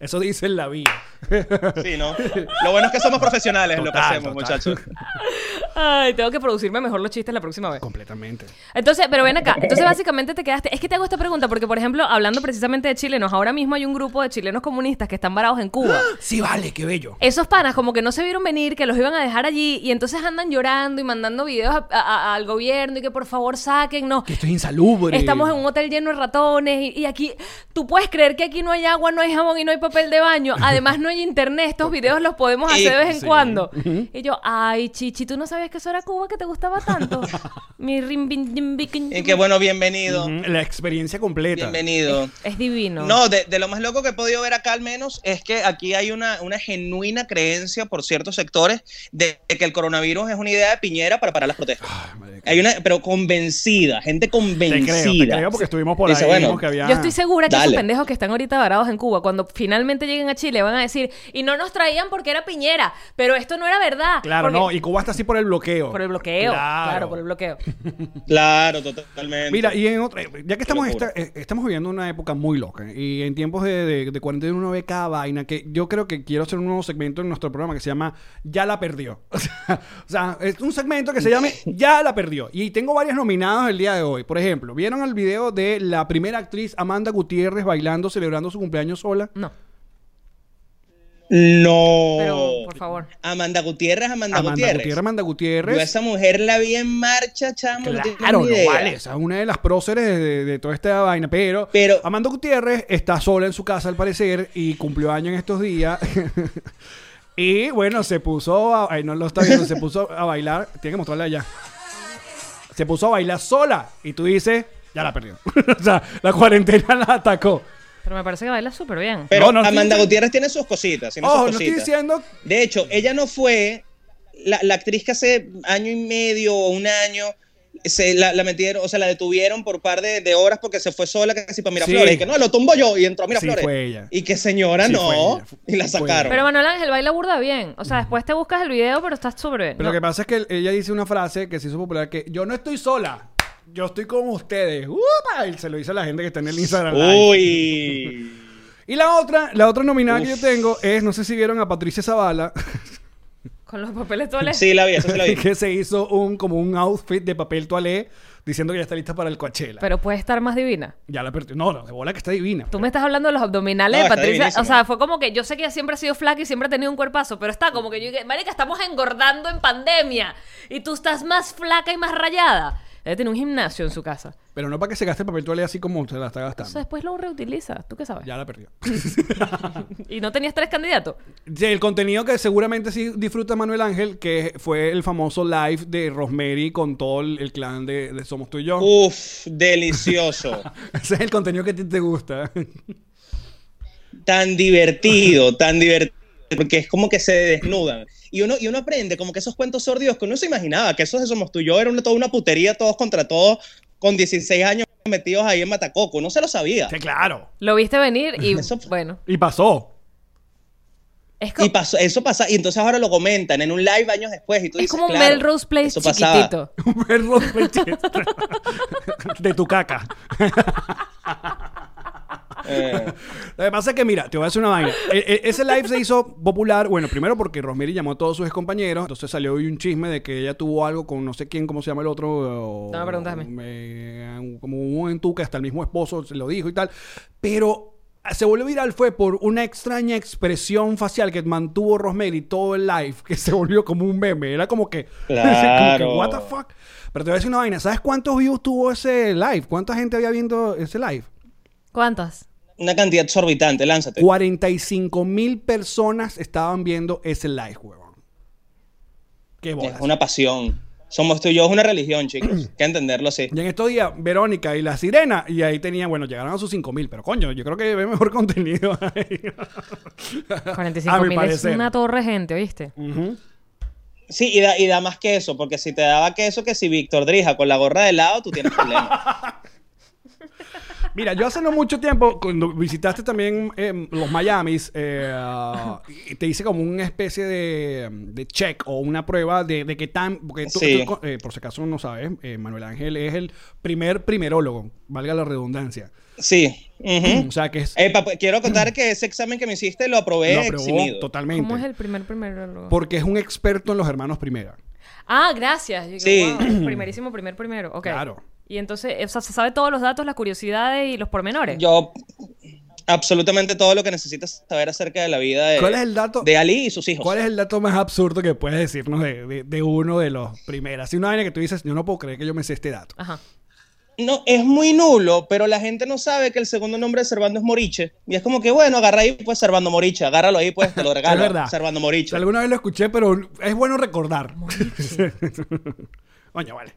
Eso dice en la vida.
Sí, ¿no? Lo bueno es que somos profesionales en lo que
Total,
hacemos,
total.
muchachos.
ay, tengo que producirme mejor los chistes la próxima vez.
Completamente.
Entonces, pero ven acá. Entonces, básicamente te quedaste. Es que te hago esta pregunta porque, por ejemplo, hablando precisamente de chilenos, ahora mismo hay un grupo de chilenos comunistas que están varados en Cuba.
Sí, vale, qué bello.
Esos panas como que no se vieron venir, que los iban a dejar allí y entonces andan llorando y mandando videos a- a- a- al gobierno y que por favor saquen, no.
Que esto es insalubre.
Estamos en un hotel lleno de ratones y, y aquí, tú puedes creer que aquí no hay agua, no hay jabón y no hay papel de baño. Además no hay internet, estos videos los podemos hacer de vez en cuando. Y yo, ay, Chichi, tú no sabías que eso era Cuba que te gustaba tanto. Mi rim, bim, bim, biquin,
Y que bueno, bienvenido.
Mm, La experiencia completa.
Bienvenido.
Es divino.
No, de, de lo más loco que he podido ver acá al menos es que aquí hay una, una genuina creencia por ciertos sectores de, de que el coronavirus es una idea de Piñera para parar las protestas. Hay una, pero convencida, gente
Te
convencida.
creo, te creo porque estuvimos por
Dice,
ahí.
bueno,
vimos que había...
Yo estoy segura que esos
Dale.
pendejos que están ahorita varados en Cuba, cuando finalmente lleguen a Chile, van a decir, y no nos traían porque era Piñera, pero esto no era verdad.
Claro,
porque-
no. Y Cuba está así por el bloqueo.
Por el bloqueo, claro, por el bloqueo.
Claro, totalmente.
Mira, y en otra, ya que estamos,
locura.
esta- eh, estamos viviendo una época muy loca y en tiempos de, de, de cuarentena uno ve cada vaina que yo creo que quiero hacer un nuevo segmento en nuestro programa que se llama Ya la perdió. O sea, o sea, es un segmento que se llame Ya la perdió. Y tengo varios nominados el día de hoy. Por ejemplo, ¿vieron el video de la primera actriz Amanda Gutiérrez bailando, celebrando su cumpleaños sola?
No.
No.
Pero, por favor.
Amanda Gutiérrez, Amanda,
Amanda Gutiérrez.
Gutiérrez.
Amanda Gutiérrez.
Yo a esa mujer la vi en marcha, chamo. no tienes
Claro,
ni
no
idea.
vale. Esa es una de las próceres de, de- de toda esta vaina. Pero,
Pero-
Amanda Gutiérrez está sola en su casa, al parecer, y cumplió año en estos días. y bueno, se puso a. ay, no lo está viendo, se puso a bailar. Tiene que mostrarle allá. Se puso a bailar sola. Y tú dices, ya la perdió. o sea, la cuarentena la atacó.
Pero me parece que baila súper bien.
Pero
No, no,
Amanda
sí.
Gutiérrez tiene sus cositas. Tiene
Ojo,
sus
no estoy
cositas.
diciendo.
De hecho, ella no fue la, la actriz que hace año y medio o un año se la, la metieron, o sea, la detuvieron por par de, de horas porque se fue sola casi para Miraflores.
Sí.
Y que no, lo tumbo yo y entró a Miraflores.
Sí, fue ella.
Y que señora,
Sí, fue
no.
ella, fu-
Y la
fue
sacaron.
Pero Manuel Ángel baila burda bien. O sea, después te buscas el video, pero estás súper bien.
Pero
No.
lo que pasa es que ella dice una frase que se hizo popular: que yo no estoy sola. Yo estoy con ustedes. ¡Upa! Y se lo dice a la gente que está en el Instagram. Live.
Uy.
Y la otra, la otra nominada que yo
Uf.
tengo es, no sé si vieron a Patricia Zavala,
Con los papeles toales.
Sí, la vi, esa sí la vi.
que se hizo un como un outfit de papel toalé diciendo que ya está lista para el Coachella.
Pero puede estar más divina.
ya la perdió. No, no, de bola que está divina.
Tú me estás hablando de los abdominales
No,
de
está
Patricia. O
divinísima.
sea, fue como que yo sé que ella siempre ha sido flaca y siempre ha tenido un cuerpazo, pero está como que yo dije, Marica, estamos engordando en pandemia y tú estás más flaca y más rayada. Ella tiene un gimnasio en su casa.
Pero no para que se gaste el papel toalé así como se la está
O sea,
gastando.
después lo reutiliza. ¿Tú qué sabes?
Ya la perdió.
Y no tenías tres candidatos.
Sí, el contenido que seguramente sí disfruta Manuel Ángel, que fue el famoso live de Rosemary con todo el, el clan de, de Somos Tú y Yo.
Uf, delicioso.
Ese es el contenido que a ti te gusta.
tan divertido, tan divertido, porque es como que se desnudan. Y uno, y uno aprende como que esos cuentos sordidos que uno se imaginaba, que esos de Somos Tú y Yo era una, toda una putería, todos contra todos, con 16 años metidos ahí en Matacoco. No se lo sabía.
sí, claro.
Lo viste venir y
Eso-
bueno.
Y pasó.
Es como,
Y pasó, eso pasa, y entonces ahora lo comentan en un live años después. Y tú
es
dices,
como un
claro,
Melrose Place
eso pasaba.
chiquitito.
Un perro fechero. de tu caca.
Eh,
Lo que pasa es que, mira, te voy a hacer una vaina. E- e- ese live se hizo popular, bueno, primero porque Rosemary llamó a todos sus compañeros, entonces salió hoy un chisme de que ella tuvo algo con no sé quién, cómo se llama el otro. o-
No me preguntes a mí.
eh, como un en tu que hasta el mismo esposo se lo dijo y tal. Pero ah, se volvió viral fue por una extraña expresión facial que mantuvo Rosemary todo el live, que se volvió como un meme. Era como que.
Claro.
como que, what the fuck. Pero te voy a decir una vaina, ¿sabes cuántos views tuvo ese live? ¿Cuánta gente había viendo ese live?
¿Cuántas?
una cantidad exorbitante, lánzate.
45 mil personas estaban viendo ese live, huevón. Qué
Es
bolas.
una pasión. Somos Tú y Yo es una religión, chicos. Hay que entenderlo así.
Y en estos días, Verónica y la sirena, y ahí tenía, bueno, llegaron a sus 5 mil, pero coño, yo creo que ve mejor contenido ahí.
45 mil es
parecer.
una torre gente, ¿viste?
Sí, y da, y da más que eso, porque si te daba queso que si Víctor Drija con la gorra de lado, tú tienes problemas.
Mira, yo hace no mucho tiempo, cuando visitaste también eh, los Miamis, eh, ah, y te hice como una especie de, de check o una prueba de, de qué tan. Porque tú,
Sí.
tú, eh, por si acaso no sabes, eh, Manuel Ángel es el primer primerólogo, valga la redundancia.
Sí. ujú.
O sea, que es.
Epa, pues, quiero contar que ese examen que me hiciste lo aprobé
lo aprobó
eximido.
totalmente.
¿Cómo es el primer primero?
Porque es un experto en los hermanos primera.
Ah, gracias. Yo digo,
Sí.
wow, primerísimo, primer primero. Ok.
Claro.
Y entonces, o sea, se sabe todos los datos, las curiosidades y los pormenores.
Yo absolutamente todo lo que necesitas saber acerca de la vida de,
¿Cuál es el dato?
Eh, de Ali y sus hijos.
¿Cuál es el dato más absurdo que puedes decirnos de, de- de uno de los primeras? Si una vaina que tú dices, yo no puedo creer que yo me sé este dato.
Ajá.
No, es muy nulo, pero la gente no sabe que el segundo nombre de Servando es Moriche. Y es como que, bueno, agarra ahí, pues, Servando Moriche. Agárralo ahí, pues, te lo
Es
regalo.
verdad.
Servando Moriche.
Alguna vez lo escuché, pero es bueno recordar. Coño, vale.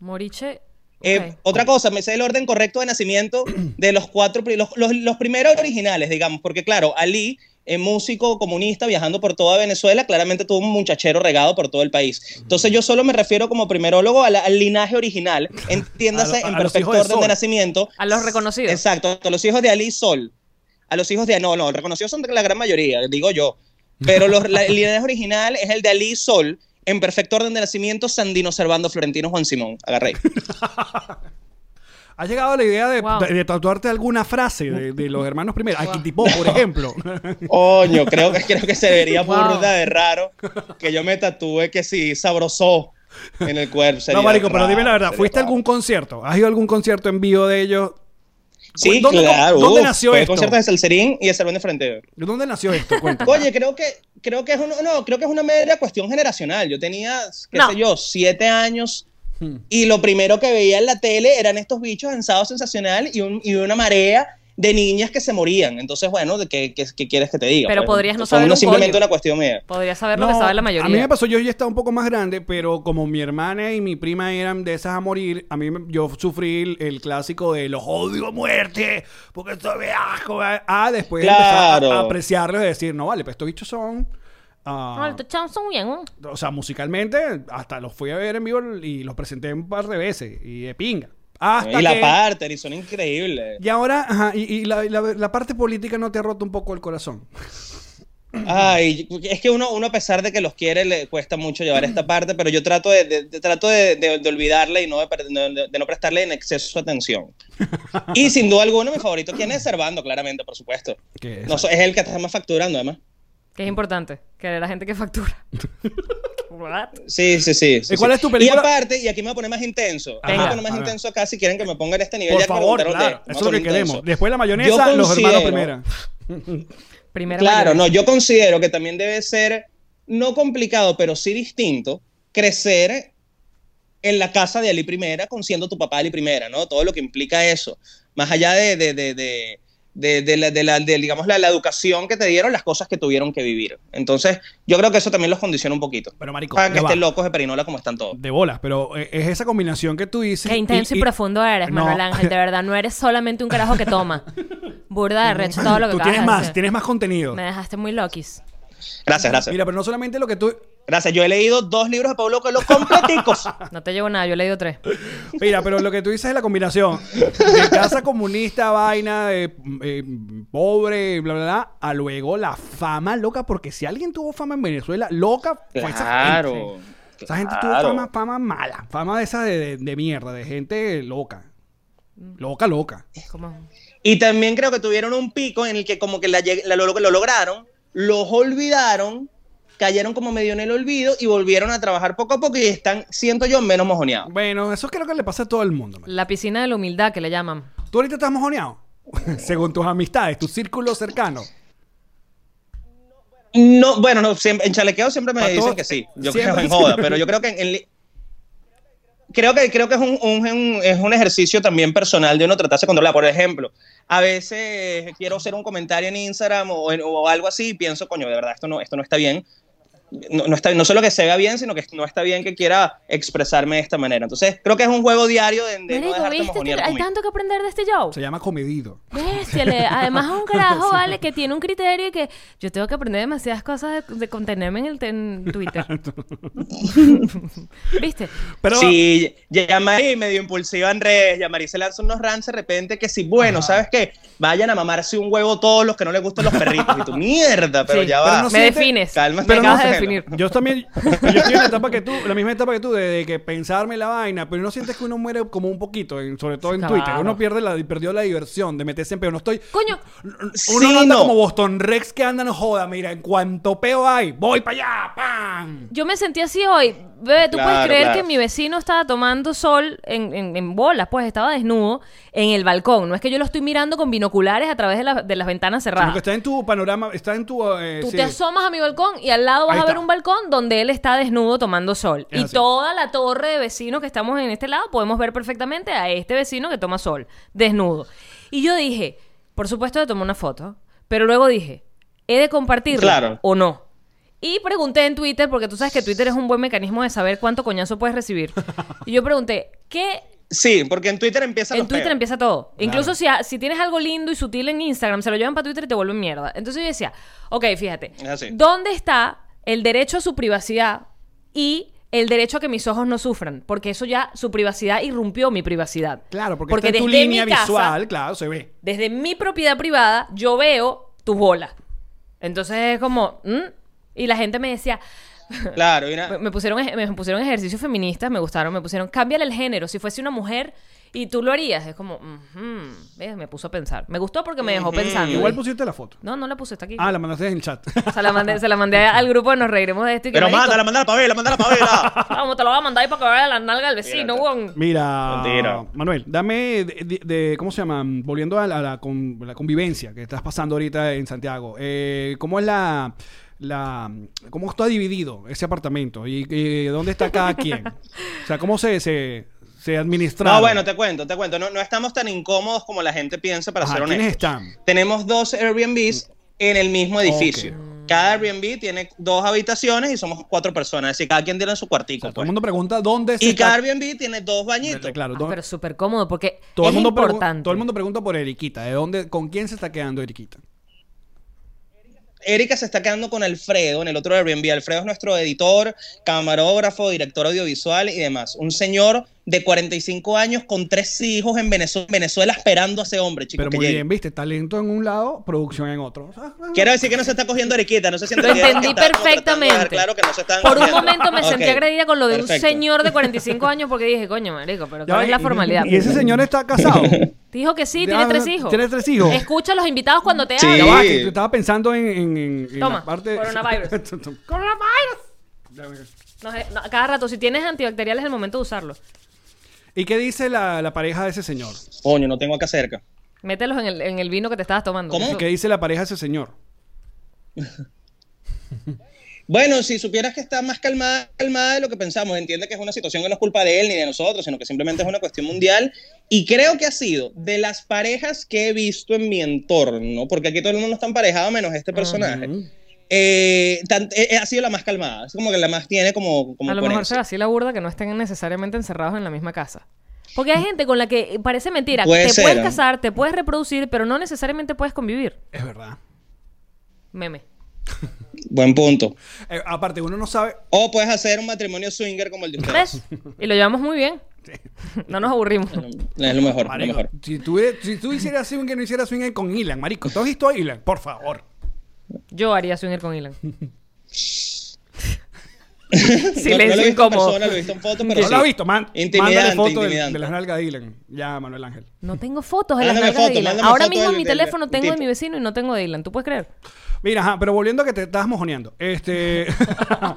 Moriche.
Eh,
ok.
Otra cosa, me sé el orden correcto de nacimiento de los cuatro, pri- los, los- los primeros originales, digamos, porque claro, Ali, eh, músico comunista viajando por toda Venezuela, claramente tuvo un muchachero regado por todo el país. Entonces yo solo me refiero como primerólogo a la- al linaje original, entiéndase
A lo- a
en
los
perfecto
hijos de
orden de
Sol.
nacimiento.
A los reconocidos.
Exacto, a los hijos de Ali Sol, a los hijos de, no, no, reconocidos son la gran mayoría, digo yo, pero los, la- el linaje original es el de Ali Sol. En perfecto orden de nacimiento, Sandino Servando Florentino Juan Simón. Agarré.
¿Has llegado a la idea de,
Wow.
de- de tatuarte alguna frase de, de los hermanos primera? Aquí tipo, por ejemplo.
Coño, creo que, creo que se vería
Wow.
burda de raro que yo me tatúe que sí, sabrosó en el cuerpo. Sería
no, marico, pero
raro,
dime la verdad.
sería
¿Fuiste a
raro.
algún concierto? ¿Has ido a algún concierto en vivo de ellos?
Sí,
¿Dónde-
claro.
dónde
uf,
nació
fue el
esto?
concierto de Salserín y de Salón de Frente.
¿De dónde nació esto? Cuenta.
Oye, creo que, creo que es uno- no, creo que es una mera cuestión generacional. Yo tenía, qué
No.
sé yo, siete años
Hmm.
y lo primero que veía en la tele eran estos bichos en Sábado Sensacional y, un- y una marea de niñas que se morían. Entonces, bueno, ¿de ¿qué, qué- qué quieres que te diga? Pues,
Pero podrías no
son
saber
uno
un
simplemente
coño.
una cuestión mía.
Podría saber lo que
No,
sabe la
A mí me
mayoría.
pasó, yo ya estaba un poco más grande, pero como mi hermana y mi prima eran de esas a morir, a mí me- yo sufrí el, el clásico de los odio a muerte, porque esto me asco. ¿verdad? Ah, después
Claro.
empezar a, a apreciarlos y decir, no vale, pues estos bichos son. ah,
No, estos chavos son bien, ¿no?
o sea, musicalmente, hasta los fui a ver en vivo y los presenté un par de veces y de pinga. Hasta
Y la
que-
parte, y son increíbles.
Y ahora, ajá, y, y la, la- la parte política no te ha roto un poco el corazón.
Ay, es que uno, uno a pesar de que los quiere, le cuesta mucho llevar esta parte, pero yo trato de, de- de- trato de, de- de olvidarla y no de, per- de- de no prestarle en exceso atención. Y sin duda alguna, mi favorito, ¿quién es Servando? Claramente, por supuesto.
¿Qué es?
No, so- es el que está más facturando, además.
Que es importante. Querer a la gente que factura. What?
Sí, sí, sí. sí,
¿Y cuál
sí.
es tu película?
Y aparte, y aquí me voy a poner más intenso. Aquí me voy
Venga.
a poner
A
más
ver.
intenso acá si quieren que me ponga en este nivel.
Por
ya que
favor,
preguntaron de-
claro.
vamos
Eso
a
es lo que
poner intenso.
queremos. Después de la
Yo
mayonesa, los hermanos
considero-
primera.
Primera
Claro,
mayoría.
no, yo considero que también debe ser, no complicado, pero sí distinto, crecer en la casa de Ali Primera, con siendo tu papá Ali Primera, ¿no? Todo lo que implica eso. Más allá de, de, de, de, de- de la, de la- de, digamos, la, la educación que te dieron, las cosas que tuvieron que vivir. Entonces, yo creo que eso también los condiciona un poquito.
Pero, marico,
Para que
ya va.
estén locos de perinola como están todos.
De bolas, pero eh, es esa combinación que tú dices.
Qué intenso y, profundo eres,
No.
Manuel Ángel. De verdad, no eres solamente un carajo que toma. Burda de recho todo lo que
Tú
acabas
tienes
de
más,
decir.
tienes más contenido.
Me dejaste muy loquis.
Gracias, gracias.
Mira, pero no solamente lo que tú.
Gracias. Yo he leído dos libros de Pablo Coelho completicos.
No te llevo nada, yo he leído tres.
Mira, pero lo que tú dices es la combinación de casa comunista, vaina, de, eh, pobre, bla, bla, bla, a luego la fama loca, porque si alguien tuvo fama en Venezuela, loca, fue Pues esa gente.
Claro.
Esa gente
Claro.
tuvo fama, fama mala, fama de esa de, de- de mierda, de gente loca.
Mm.
Loca, loca.
Como-
Y también creo que tuvieron un pico en el que como que la lleg- la lo, lo lograron, los olvidaron, cayeron como medio en el olvido y volvieron a trabajar poco a poco y están, siento yo, menos mojoneados.
Bueno, eso creo que le pasa a todo el mundo. man.
La piscina de la humildad que le llaman.
¿Tú ahorita estás mojoneado? Según tus amistades, tu círculo cercano.
No, bueno, no, siempre, en chalequeo siempre me
Pa'
dicen
todos-
que sí. Yo
siempre.
creo en joda, pero yo creo que en, en li- creo que creo que es un, un- un- es un ejercicio también personal de uno tratarse de controlar. Por ejemplo, a veces quiero hacer un comentario en Instagram o, en- o algo así y pienso, coño, de verdad esto no esto no está bien. No, no está, no solo que se vea bien, sino que no está bien que quiera expresarme de esta manera. Entonces, creo que es un juego diario de, de no
Marico,
dejarte
¿viste?
mojonear
Hay
conmigo.
tanto que aprender de este show.
Se llama comedido.
Bestia, le- además es un carajo, ¿vale? Que tiene un criterio y que yo tengo que aprender demasiadas cosas de, de contenerme en el te- en Twitter. ¿Viste?
Pero
sí, Yamari medio impulsiva en redes, Yamari se lanza unos rants de repente que sí, bueno, ¿sabes qué? Vayan a mamarse un huevo todos los que no les gustan los perritos. Y tú, mierda, pero
Sí,
ya
pero
va.
no
me
siente-
defines.
Cálmate,
me
no
acabas de
sé.
definir.
yo también, yo estoy en la etapa que tú, la misma etapa que tú, de, de que pensarme la vaina, pero no sientes que uno muere como un poquito, en- sobre todo en
Claro.
Twitter. Uno pierde la, perdió la diversión de meterse en peo. No estoy.
Coño,
Uno
Sí,
no anda
no.
como Boston Rex que andan joda. Mira, en cuanto peo hay, voy para allá, ¡pam!
yo me sentí así hoy. Bebé, tú puedes
Claro,
creer
claro.
que mi vecino estaba tomando sol en, en, en bolas, pues estaba desnudo en el balcón. No es que yo lo estoy mirando con binoculares a través de, la- de las ventanas
Sino que
cerradas.
está en tu panorama, está en tu. eh,
Tú
sí.
te asomas a mi balcón y al lado vas
Ahí
a ver
está.
un balcón donde él está desnudo tomando sol.
Es
y
así.
toda la torre de vecinos que estamos en este lado podemos ver perfectamente a este vecino que toma sol, desnudo. Y yo dije, por supuesto le tomé una foto, pero luego dije, ¿he de compartirla
Claro.
o no? Y pregunté en Twitter, porque tú sabes que Twitter es un buen mecanismo de saber cuánto coñazo puedes recibir. Y yo pregunté, ¿qué
Sí, porque en Twitter empieza
en Twitter empieza todo. Incluso si, si tienes algo lindo y sutil en Instagram, se lo llevan para Twitter y te vuelven mierda. Entonces yo decía, ok, fíjate,
Es
Ah,
así.
¿dónde está el derecho a su privacidad y el derecho a que mis ojos no sufran? Porque eso ya, su privacidad irrumpió mi privacidad.
Claro, porque, está en tu línea visual, claro, se ve.
desde mi propiedad privada, yo veo tus bolas. Entonces es como, ¿mm? y la gente me decía,
Claro, y una-
Pues,
Me- Me pusieron, ej- me pusieron ejercicios feministas, me gustaron, me pusieron, cámbiale el género, si fuese una mujer y tú lo harías. Es como, ujú, ¿ves? me puso a pensar. Me gustó porque me dejó pensando.
Igual pusiste la foto.
No, no la puse, está aquí.
Ah, la mandaste en el chat.
se, la mandé, se la mandé al grupo de Nos Reiremos de esto. y que,
Pero
"Marico,
mándala, mandala para verla, mandala para verla.
Vamos, te lo voy a mandar ahí para que vaya la nalga del vecino,
Mira,
weón.
Mira,
Mentira.
Manuel, dame de, de- de- ¿cómo se llama? Volviendo a la, a la con- la convivencia que estás pasando ahorita en Santiago. eh, ¿Cómo es la, la, cómo está dividido ese apartamento y, y dónde está cada quien? o sea, ¿cómo se se, se administra?
No, bueno, te cuento, te cuento. No, no estamos tan incómodos como la gente piensa, para
Ajá,
ser
¿Quiénes
honesto.
están?
Tenemos dos Airbnbs en el mismo edificio. Cada Airbnb tiene dos habitaciones y somos cuatro personas. Es decir, cada quien tiene su
O sea,
cuartico.
todo el
pues.
mundo pregunta dónde se
Y cada
está-
Airbnb tiene dos bañitos.
Claro,
Ah,
do-
pero súper cómodo porque
todo
es
el mundo pregu-
importante.
todo el mundo pregunta por Eriquita, ¿de dónde con quién se está quedando Eriquita?
Erika se está quedando con Alfredo en el otro Airbnb. Alfredo es nuestro editor, camarógrafo, director audiovisual y demás. Un señor de 45 años con tres hijos en Venezuela, Venezuela esperando a ese hombre, chico.
Pero
que
muy
llegue.
bien, ¿viste? Talento en un lado, producción en otro.
Quiero decir que no se está cogiendo Eriquita, no se siente
Lo entendí perfectamente.
Claro que no se están
Por un
cogiendo.
momento me sentí
Ok,
agredida con lo de
perfecto.
un señor de 45 años porque dije, coño, marico, pero
Ya
¿cuál es
ves,
la
y-
formalidad?
Y ese señor está casado.
Te dijo que sí,
Ya,
tiene tres
ya,
hijos.
tiene tres hijos.
Escucha a los invitados cuando te
Sí.
Ya
hablan.
va, que estaba pensando en, en, en- en
Toma,
la parte.
coronavirus. No sé, e, no, cada rato, si tienes antibacteriales es el momento de usarlos.
¿Y qué dice la, la pareja de ese señor?
Coño, no tengo acá cerca.
Mételos en el, en el vino que te estabas tomando.
¿Cómo?
Eso-
¿Qué dice la pareja de ese señor?
Bueno, si supieras que está más calmada, calmada de lo que pensamos, entiende que es una situación que no es culpa de él ni de nosotros, sino que simplemente es una cuestión mundial. Y creo que ha sido de las parejas que he visto en mi entorno, porque aquí todo el mundo está emparejado menos este personaje. eh, tan- eh, eh, ha sido la más calmada, es como que la más tiene como, como
A lo mejor
coherencia.
será así la burda que no estén necesariamente encerrados en la misma casa. Porque hay gente con la que eh, parece mentira.
Mm. Puede
te
ser,
puedes
¿eh?
casar, te puedes reproducir, pero no necesariamente puedes convivir.
Es verdad.
Meme.
Buen punto.
Eh, aparte, uno no sabe.
O puedes hacer un matrimonio swinger como el de ustedes.
¿Ves? Y lo llevamos muy bien. No nos aburrimos.
Es lo mejor, lo
Marico,
mejor.
si tú, si tú hicieras swing que no hicieras swing con Ilan, marico. ¿Tú has visto a Ilan? Por favor.
Yo haría swinger con Ilan.
No- no lo
Silencio
he visto en
incómodo.
persona, lo he visto en fotos, pero
No
sí.
lo has visto, man.
Intimidante,
mándale foto del-
intimidante.
de las nalgas de Ilan. Ya, Manuel Ángel.
No tengo fotos de las
Mándame
nalgas
foto,
de Ilan.
mándame
Ahora
foto
mismo en
del-
mi
del-
teléfono
del
tengo de
tipo.
mi vecino y no tengo de Ilan. ¿Tú puedes creer?
Mira, ajá, pero volviendo a que te estabas mojoneando. Este.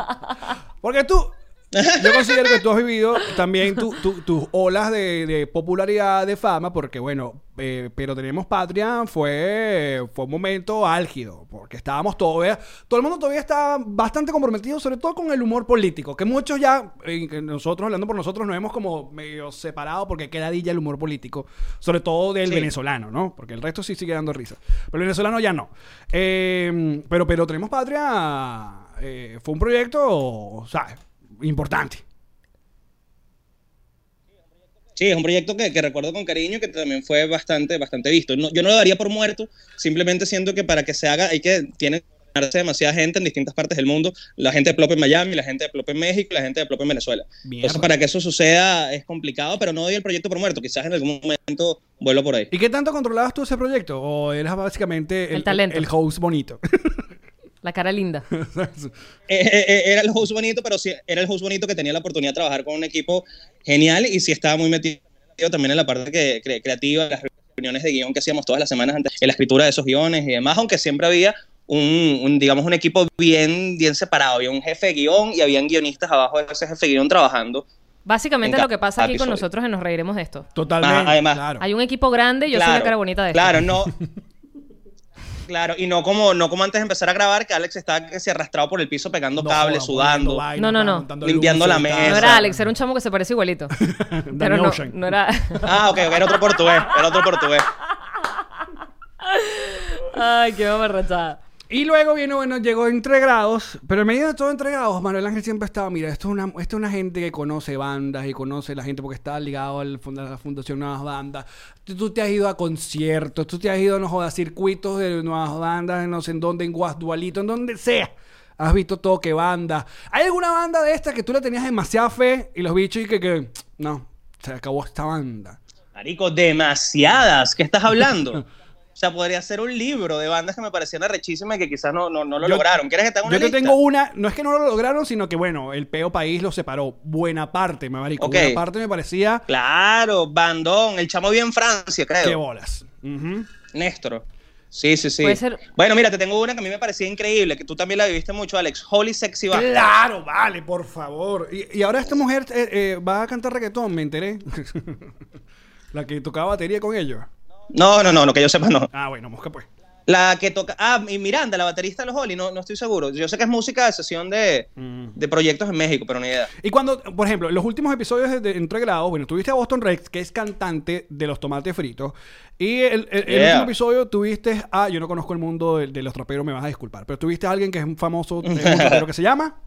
Porque tú. Yo considero que tú has vivido también tu- tu- tus olas de, de popularidad, de fama, porque bueno, eh, pero tenemos patria, fue, fue un momento álgido, porque estábamos todavía, todo el mundo todavía está bastante comprometido, sobre todo con el humor político, que muchos ya, eh, que nosotros hablando por nosotros, nos hemos como medio separado porque queda dilla el humor político, sobre todo del
Sí.
venezolano, ¿no? Porque el resto sí sigue dando risa, pero el venezolano ya no. Eh, pero, pero tenemos patria, eh, fue un proyecto, ¿sabes? Importante.
Sí, es un proyecto que, que recuerdo con cariño y que también fue bastante, bastante visto. No- yo no lo daría por muerto, simplemente siento que para que se haga hay que tiene que ganarse demasiada gente en distintas partes del mundo, la gente de Plop en Miami, la gente de Plop en México, la gente de Plop en Venezuela.
Mierda.
Entonces, para que eso suceda es complicado, pero no doy el proyecto por muerto, quizás en algún momento vuelo por ahí.
¿Y qué tanto controlabas tú ese proyecto? ¿O eras básicamente el,
El talento.
el host bonito?
La cara linda.
Eh, eh, eh, era el host bonito, pero sí, era el host bonito que tenía la oportunidad de trabajar con un equipo genial y sí estaba muy metido también en la parte que, cre- creativa, las reuniones de guión que hacíamos todas las semanas antes, en la escritura de esos guiones y demás, aunque siempre había un, un, digamos, un equipo bien, bien separado, había un jefe de guión y habían guionistas abajo de ese jefe de guión trabajando.
Básicamente
En
lo que pasa aquí con
episodio.
nosotros es nos reiremos de esto.
Totalmente.
Ah, además.
claro.
Hay un equipo grande y yo soy la cara bonita de este. esto.
Claro, no. Claro, y no como, no como antes de empezar a grabar, que Alex estaba que se arrastrado por el piso pegando
No
cables,
jodas, poniendo
sudando.
vainas,
No, no, no.
montando
Limpiando
luces,
la
tal.
mesa.
No
Exacto.
era Alex, era un chamo que se parecía igualito. Pero
Danny
no,
Ocean.
no era.
Ah, ok, ok, era otro portugués, era otro portugués.
Ay, qué amarrachada.
Y luego vino, bueno, llegó entre grados, pero en medio de todo entre grados, Manuel Ángel siempre estaba, mira, esto es una, esto es una gente que conoce bandas y conoce la gente porque está ligado al funda- a la fundación Nuevas Bandas. Tú, tú te has ido a conciertos, tú te has ido, no jodas, circuitos de Nuevas Bandas, no sé en dónde, en Guasdualito, en donde sea. Has visto todo que banda. ¿Hay alguna banda de estas que tú le tenías demasiada fe y los bichos y que, que no, se acabó esta banda?
Marico, demasiadas. ¿Qué estás hablando? O O sea, podría ser un libro de bandas que me parecían arrechísimas y que quizás no, no, no lo
Yo-
lograron. ¿Quieres que te haga una
Yo te
lista?
tengo una, no es que no lo lograron, sino que bueno, el peo país los separó. Buena parte, me marico.
Ok.
Buena parte me parecía
Claro, Bandón, el chamo vive en Francia,
que
creo.
bolas. Ujú.
Néstor. Sí, sí, sí.
Puede ser-
Bueno, mira, te tengo una que a mí me parecía increíble, que tú también la viviste mucho, Alex. Holy Sexy Back.
Claro, vale, por favor. Y, y ahora esta mujer eh, eh, va a cantar reggaetón, me enteré. La que tocaba batería con ellos.
No, no, no, no, que yo sepa no.
Ah, bueno, mosca pues.
La que toca. Ah, y Miranda, la baterista de los Holly, no, no estoy seguro. Yo sé que es música de sesión de,
Mm.
de proyectos en México, pero ni idea.
Y cuando, por ejemplo, en los últimos episodios de, de Entre Grados, bueno, tuviste a Boston Rex, que es cantante de los tomates fritos. Y el, el- el
Yeah.
último episodio tuviste a, yo no conozco el mundo de, de los traperos, me vas a disculpar, pero tuviste a alguien que es un famoso, eh, un trapero que se llama.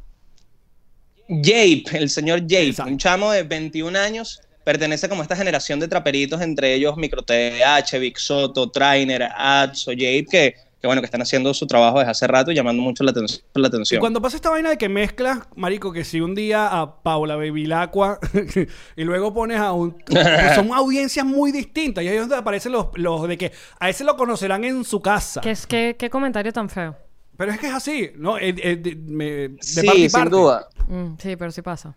Jape, el señor Jape,
Exacto.
un chamo de 21 años, pertenece como a esta generación de traperitos, entre ellos MicroTH, Big Soto, Trainer, Atso, Jape, que, que bueno, que están haciendo su trabajo desde hace rato y llamando mucho la, aten- la
Y
atención.
cuando pasa esta vaina de que mezclas, marico, que si un día a Paula Bevilacqua y luego pones a un... pues son audiencias muy distintas. Y ahí es donde aparecen los, los de que a ese lo conocerán en su casa.
¿Qué, es- qué- qué comentario tan feo?
Pero es que es así, ¿no? Eh, eh, de, me- de
sí,
parte y
sin
parte.
duda.
Mm, sí, pero sí pasa.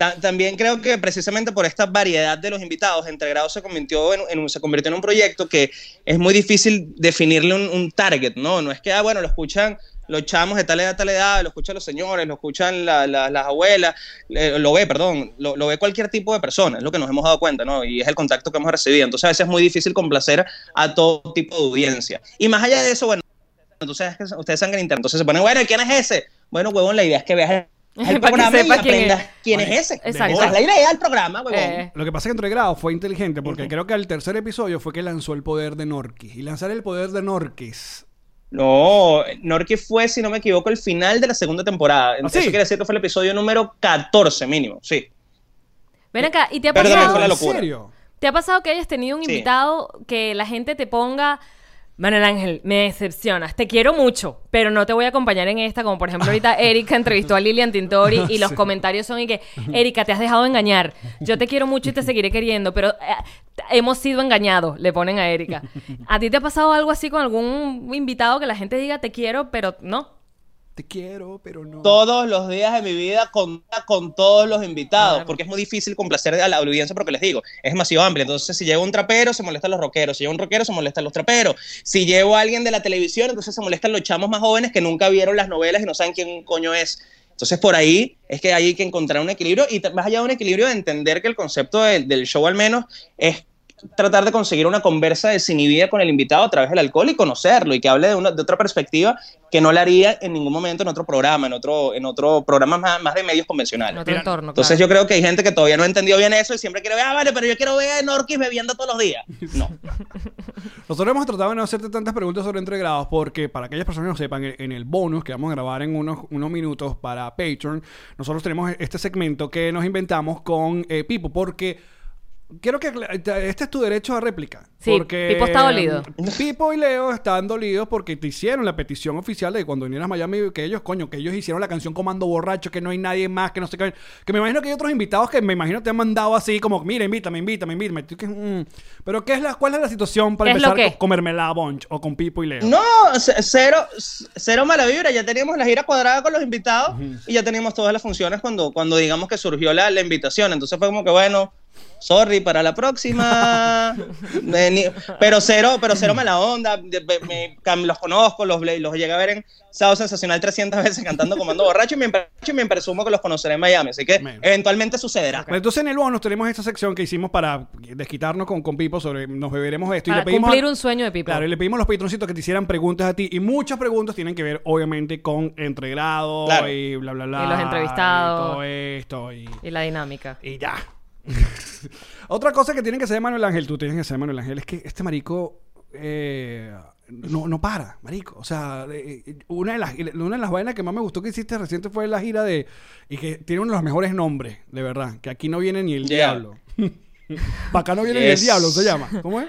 Ta- también creo que precisamente por esta variedad de los invitados, Entregrado se convirtió en, en un, se convirtió en un proyecto que es muy difícil definirle un, un target, ¿no? No es que, ah, bueno, lo escuchan los chamos de tal edad, tal edad, lo escuchan los señores, lo escuchan la- la- las abuelas, eh, lo ve, perdón, lo, lo ve cualquier tipo de persona, es lo que nos hemos dado cuenta, ¿no? Y es el contacto que hemos recibido. Entonces a veces es muy difícil complacer a todo tipo de audiencia. Y más allá de eso, bueno, entonces ustedes saben que en internet, entonces se ponen, bueno, ¿y ¿quién es ese? Bueno, huevón, la idea es que veas
Para que
el programa y
sepas quién es.
aprendas quién es ese.
Exacto.
Esa es la idea del programa, huevón.
Eh,
Lo que pasa es que Entre Grados fue inteligente porque creo que al tercer episodio fue que lanzó el poder de Norquis. Y lanzar el poder de Norquis.
No, Norki fue, si no me equivoco, el final de la segunda
¿Ah,
temporada. Entonces,
sí?
Eso quiere decir que fue el episodio número 14 mínimo, sí.
ven acá, ¿y te ha
Pero también
pasado?
fue la
¿En
locura.
serio?
¿Te ha pasado que hayas tenido un
Sí.
invitado que la gente te ponga, Manuel Ángel, me decepcionas, te quiero mucho, pero no te voy a acompañar en esta? Como por ejemplo ahorita Erika entrevistó a Lilian Tintori y los comentarios son y que, Erika, te has dejado engañar, yo te quiero mucho y te seguiré queriendo, pero eh, t- hemos sido engañados, le ponen a Erika. ¿A ti te ha pasado algo así con algún invitado que la gente diga, te quiero, pero no?
Te quiero, pero no.
Todos los días de mi vida con, con todos los invitados, porque es muy difícil complacer a la audiencia, porque les digo, es demasiado amplia. Entonces, si llevo un trapero, se molestan los rockeros. Si llevo un rockero, se molestan los traperos. Si llevo a alguien de la televisión, entonces se molestan los chamos más jóvenes que nunca vieron las novelas y no saben quién coño es. Entonces, por ahí es que hay que encontrar un equilibrio y t- más allá de un equilibrio de entender que el concepto de- del show, al menos, es tratar de conseguir una conversa desinhibida con el invitado a través del alcohol y conocerlo y que hable de, una, de otra perspectiva que no la haría en ningún momento en otro programa, en otro, en otro programa más, más de medios
En
convencionales.
otro entorno,
Entonces
claro.
yo creo que hay gente que todavía no entendió bien eso y siempre quiere ver, ah, vale, pero yo quiero ver a Norquis bebiendo todos los días. No.
Nosotros hemos tratado de no hacerte tantas preguntas sobre entregrados porque para aquellas personas que no sepan, en- en el bonus que vamos a grabar en unos, unos minutos para Patreon, nosotros tenemos este segmento que nos inventamos con eh, Pipo porque... Quiero que acla- te- este es tu derecho a réplica.
Sí,
porque,
Pipo está dolido.
mm, Pipo y Leo están dolidos porque te hicieron la petición oficial de cuando vinieras a Miami que ellos, coño, que ellos hicieron la canción Comando Borracho, que no hay nadie más, que no sé qué. Que me imagino que hay otros invitados que me imagino te han mandado así como, mira, invítame, invítame, invítame. Tú que, mm, Pero ¿qué es la, ¿cuál es la situación para
¿Qué es lo
empezar
que?
con, con Mermelada Bunch o con Pipo y Leo?
No, c- cero, c- cero mala vibra. Ya teníamos la gira cuadrada con los invitados y ya teníamos todas las funciones cuando, cuando digamos que surgió la, la invitación. Entonces fue como que, bueno, sorry, para la próxima. Me- ni- pero cero, pero cero mala onda. De- me- me- cam- los conozco, los, le- los llegué a ver en Sábado Sensacional 300 veces cantando Comando Borracho y me, empe- y me presumo que los conoceré en Miami. Así que
Man.
eventualmente sucederá.
Pero entonces en el bonus tenemos esta sección que hicimos para desquitarnos con, con Pipo sobre nos beberemos esto. y
Para
le pedimos
cumplir
a-
un sueño de Pipo.
Claro, y le pedimos a los patroncitos que te hicieran preguntas a ti. Y muchas preguntas tienen que ver, obviamente, con entregrado
Claro.
y bla, bla, bla.
Y los
y
entrevistados.
todo esto y,
Y la dinámica.
y ya. Otra cosa que tienen que hacer Manuel Ángel, tú tienes que hacer Manuel Ángel, es que este marico eh, no, no para, marico. O sea, eh, eh, una de, las, una de las vainas que más me gustó que hiciste reciente fue la gira de... Y que tiene uno de los mejores nombres, de verdad. Que aquí no viene ni el
Yeah.
diablo. Para acá no viene ni el
Yes.
diablo, se llama. ¿Cómo es?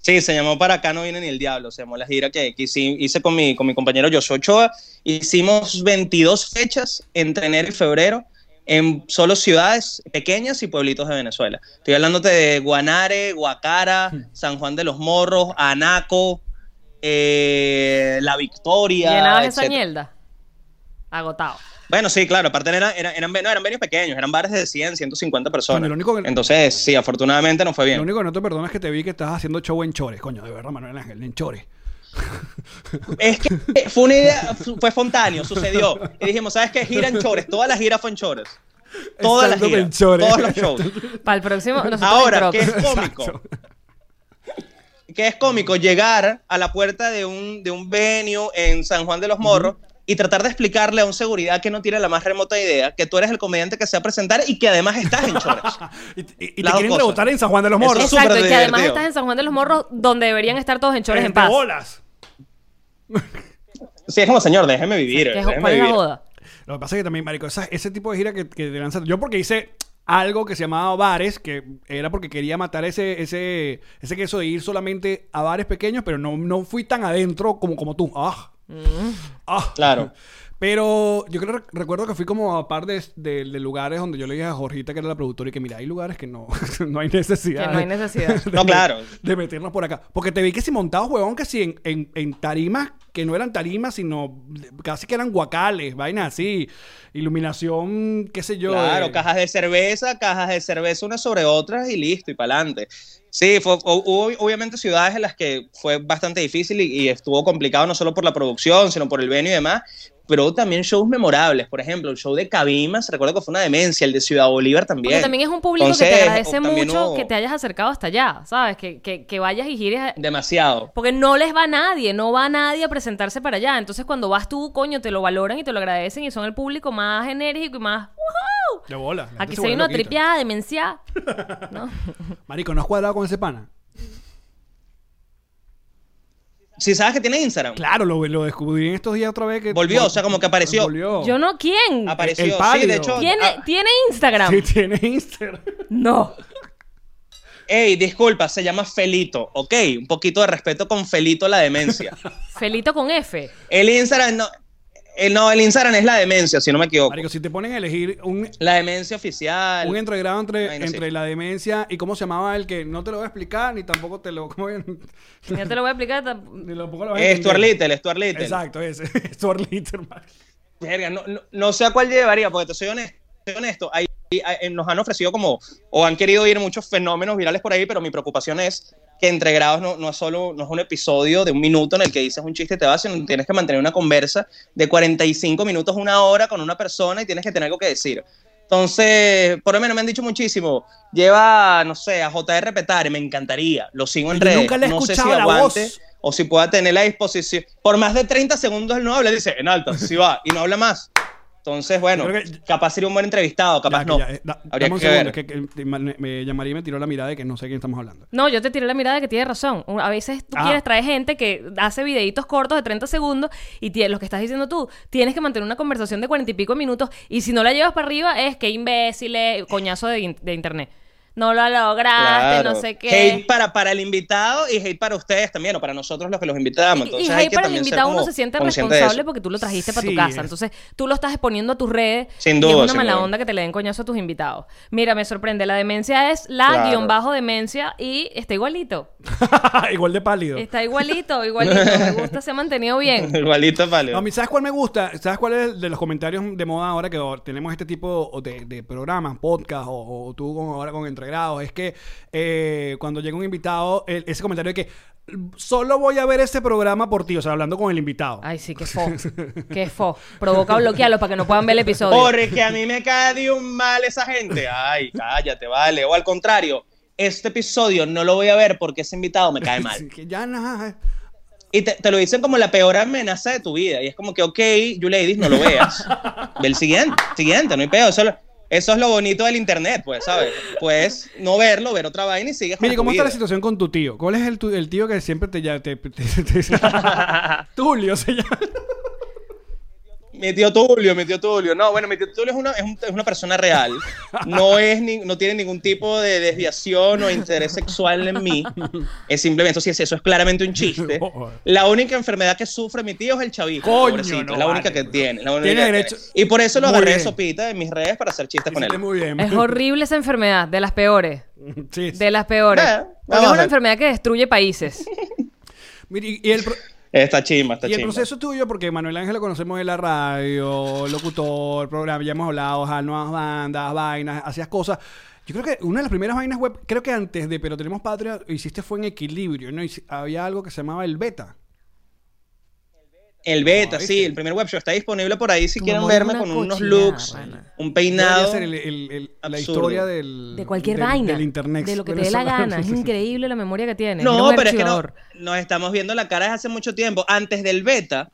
Sí, se llamó Para acá no viene ni el diablo, se llamó la gira que, que hici- hice con mi, con mi compañero Joshua Ochoa. Hicimos 22 fechas entre enero y febrero en solo ciudades pequeñas y pueblitos de Venezuela. Estoy hablándote de Guanare, Guacara,
Hmm.
San Juan de los Morros, Anaco, eh, La Victoria.
Llenabas esa
etcétera.
mierda. Agotado.
Bueno, sí, claro, aparte eran, eran, eran, no, eran venios pequeños, eran bares de 100, 150 personas.
Coño, lo único que-
Entonces, sí, afortunadamente no fue bien.
Lo único que no te perdono es que te vi que estás haciendo show en chores, coño, de verdad, Manuel Ángel, en chores.
Es que fue una idea, fue espontáneo, sucedió. Y dijimos, ¿sabes qué? Gira en chores, toda la gira fue en chores. Toda la
Estando
gira,
en chores.
todos los shows.
Para el próximo. nosotros
Ahora,
en
que es
Crocs.
cómico. Que es cómico llegar a la puerta de un, de un venio en San Juan de los Morros y tratar de explicarle a un seguridad que no tiene la más remota idea que tú eres el comediante que se va a presentar y que además estás en chores.
Y, y- y te
Las dos
quieren
cosas.
rebotar en San Juan de los
Eso
Moros.
es
Exacto, y que
superdivertido.
además estás en San Juan de los Morros, donde deberían estar todos en chores en
Entre
paz.
bolas.
Sí, es como, señor, déjeme vivir.
¿Qué es-
déjeme
¿Cuál es la
vivir".
boda?
Lo que pasa es que también, marico, esa- ese tipo de gira que, que te lanzan. Yo porque hice algo que se llamaba bares, que era porque quería matar ese, ese, ese queso de ir solamente a bares pequeños, pero no, no fui tan adentro como, como tú. Ah.
Mm.
Ah.
Claro.
Pero yo creo recuerdo que fui como a par de, de- de lugares donde yo le dije a Jorgita, que era la productora, y que mira, hay lugares que no, no hay necesidad.
Que no hay necesidad.
de-
No, claro.
De meternos por acá. Porque te vi que si montabas huevón, que si en, en, en tarimas, que no eran tarimas, sino casi que eran guacales, vainas así, iluminación, qué sé yo.
Claro,
eh.
cajas de cerveza, cajas de cerveza una sobre otra y listo, y para adelante. Sí, fue- hu- hubo obviamente ciudades en las que fue bastante difícil y, y estuvo complicado no solo por la producción, sino por el venio y demás, pero hubo también shows memorables. Por ejemplo, el show de Cabimas, recuerdo que fue una demencia, el de Ciudad Bolívar
Porque
también.
también es un público que te
Entonces,
agradece
también
mucho
hubo-
que te hayas acercado hasta allá, ¿sabes? Que, que, que vayas y gires. a-
Demasiado.
Porque no les va nadie, no va nadie a presentarse para allá. Entonces, cuando vas tú, coño, te lo valoran y te lo agradecen y son el público más enérgico y más. "Woohoo".
De bola. la gente
Aquí
se
se
vuelve
vino a
loquita.
tripiada, demencia. ¿no?
Marico, ¿no has cuadrado con ese pana?
Si sabes que tiene Instagram,
Claro, lo, lo descubrí en estos días otra vez. que
Volvió, o sea, como que apareció.
Volvió.
Yo no, ¿quién?
apareció.
El
sí,
pálido.
de hecho.
¿Tiene,
ah,
tiene Instagram?
Sí, tiene Instagram.
No.
Ey, disculpa, se llama Felito, ok, un poquito de respeto con Felito la demencia.
Felito con F.
El Instagram no. El, no, el Instagram es la demencia, si no me equivoco.
Marico, si te ponen a elegir un,
La demencia oficial.
un entregrado entre,
Vaina así.
entre la demencia y cómo se llamaba el que no te lo voy a explicar ni tampoco te lo. ¿cómo es?
Ya te lo voy a explicar. ta-
Ni tampoco lo vas a
Eh,
entender.
Stuart Little, Stuart Little.
Exacto, ese. Stuart Little, marico.
Verga, no, no, no sé a cuál llevaría, porque te soy honesto. soy honesto, hay- hay- eh, nos han ofrecido como, o han querido ir muchos fenómenos virales por ahí, pero mi preocupación es que entre grados no, no es solo no es un episodio de un minuto en el que dices un chiste y te vas, sino tienes que mantener una conversa de 45 minutos, una hora con una persona y tienes que tener algo que decir. Entonces, por lo menos me han dicho muchísimo. Lleva, no sé, a JR Petare, me encantaría. Lo sigo en
Yo
redes.
nunca le he
no sé si
escuchado la
aguante
voz.
o si pueda tener la disposición. Por más de 30 segundos él no habla, dice en alta, sí va, y no habla más. Entonces, bueno,
Creo que-
capaz sería un buen entrevistado, capaz
Ya, que
no.
ya, eh, da-
Habría
dame un
que
segundo,
ver.
que, que te- me, me llamaría y me tiró la mirada de que no sé de quién estamos hablando.
No, yo te tiré la mirada de que tienes razón. Un- A veces tú
Ah.
quieres traer gente que hace videitos cortos de 30 segundos y tie- lo que estás diciendo tú, tienes que mantener una conversación de 40 y pico de minutos y si no la llevas para arriba es que imbéciles, coñazo de, in- de internet. No lo lograste,
Claro.
no sé qué.
Hate para, para el invitado y hate para ustedes también, o para nosotros los que los
Y-
invitamos. Entonces,
y
hay
ahí
que
para el
también ser
invitado uno
como
se siente
consciente de
responsable
eso.
porque tú lo trajiste para tu
Sí,
casa.
es.
Entonces tú lo estás exponiendo a tus redes.
Sin
Y
duda,
es una
sin
mala
duda.
onda que te le den coñazo a tus invitados. Mira, me sorprende. La demencia es la
Claro.
guión bajo demencia y está igualito.
Igual de pálido.
Está igualito, igualito. Me gusta, se ha mantenido bien.
Igualito, vale.
No, a mí, ¿sabes cuál me gusta? ¿Sabes cuál es el de los comentarios de moda ahora que o- tenemos este tipo o de, de programas, podcast o, o tú con- ahora con entregrados? Es que eh, cuando llega un invitado, el- ese comentario de que solo voy a ver ese programa por ti, o sea, hablando con el invitado.
Ay, sí, qué fo. Qué fo. Provoca bloquearlo para que no puedan ver el episodio.
Porque a mí me cae de un mal esa gente. Ay, cállate, vale. O al contrario, este episodio no lo voy a ver porque ese invitado me cae mal.
Así que ya nada.
Y te, te lo dicen como la peor amenaza de tu vida. Y es como que, ok, you ladies, no lo veas. Ve el siguiente, siguiente, no hay peor. Eso, lo- eso es lo bonito del internet, pues, ¿sabes? Pues no verlo, ver otra vaina y sigues con
Mire,
tu
¿cómo está la
vida.
situación con tu tío? ¿Cuál es el, tu- el tío que siempre te, ya, te, te- te- te- Tulio se llama.
Mi tío Tulio, mi tío Tulio. No, bueno, mi tío Tulio es una, es un- es una persona real. No, es ni- no tiene ningún tipo de desviación o interés sexual en mí. Es simplemente, eso sí, eso es claramente un chiste. La única enfermedad que sufre mi tío es el chavismo.
Coño,
pobrecito,
no
es la única
vale.
que tiene. la única
Tiene
que
derecho.
Y por eso lo
Muy
agarré de
bien.
sopita en mis redes para hacer chistes con
Hiciste
él.
muy bien.
Es horrible esa enfermedad, de las peores.
Sí, sí.
De las peores.
Eh,
Porque
vamos
es
a
una
ver.
enfermedad que destruye países.
Mira, y, y el, pro-
Está chima, está
y el
chima.
proceso tuyo, porque Manuel Ángel lo conocemos de la radio, locutor, programa, ya hemos hablado, ojalá, nuevas bandas, vainas, hacías cosas. Yo creo que una de las primeras vainas web, creo que antes de Pero Tenemos Patria, hiciste fue en Equilibrio, ¿no? Hici- Había algo que se llamaba el beta.
El beta,
Ah,
sí,
¿viste?
el primer web show está disponible por ahí si
Tu
quieren
amor es
verme
una
con unos
cochinada,
looks,
pana.
Debería
un peinado.
ser el- el- el- la
absurdo.
historia del...
De cualquier
del-
vaina.
Del internet.
De lo que te dé la
venezolano.
gana. Es increíble la memoria que tienes. Era
No,
un
pero es que no,
archivador.
nos estamos viendo la cara desde hace mucho tiempo. Antes del beta,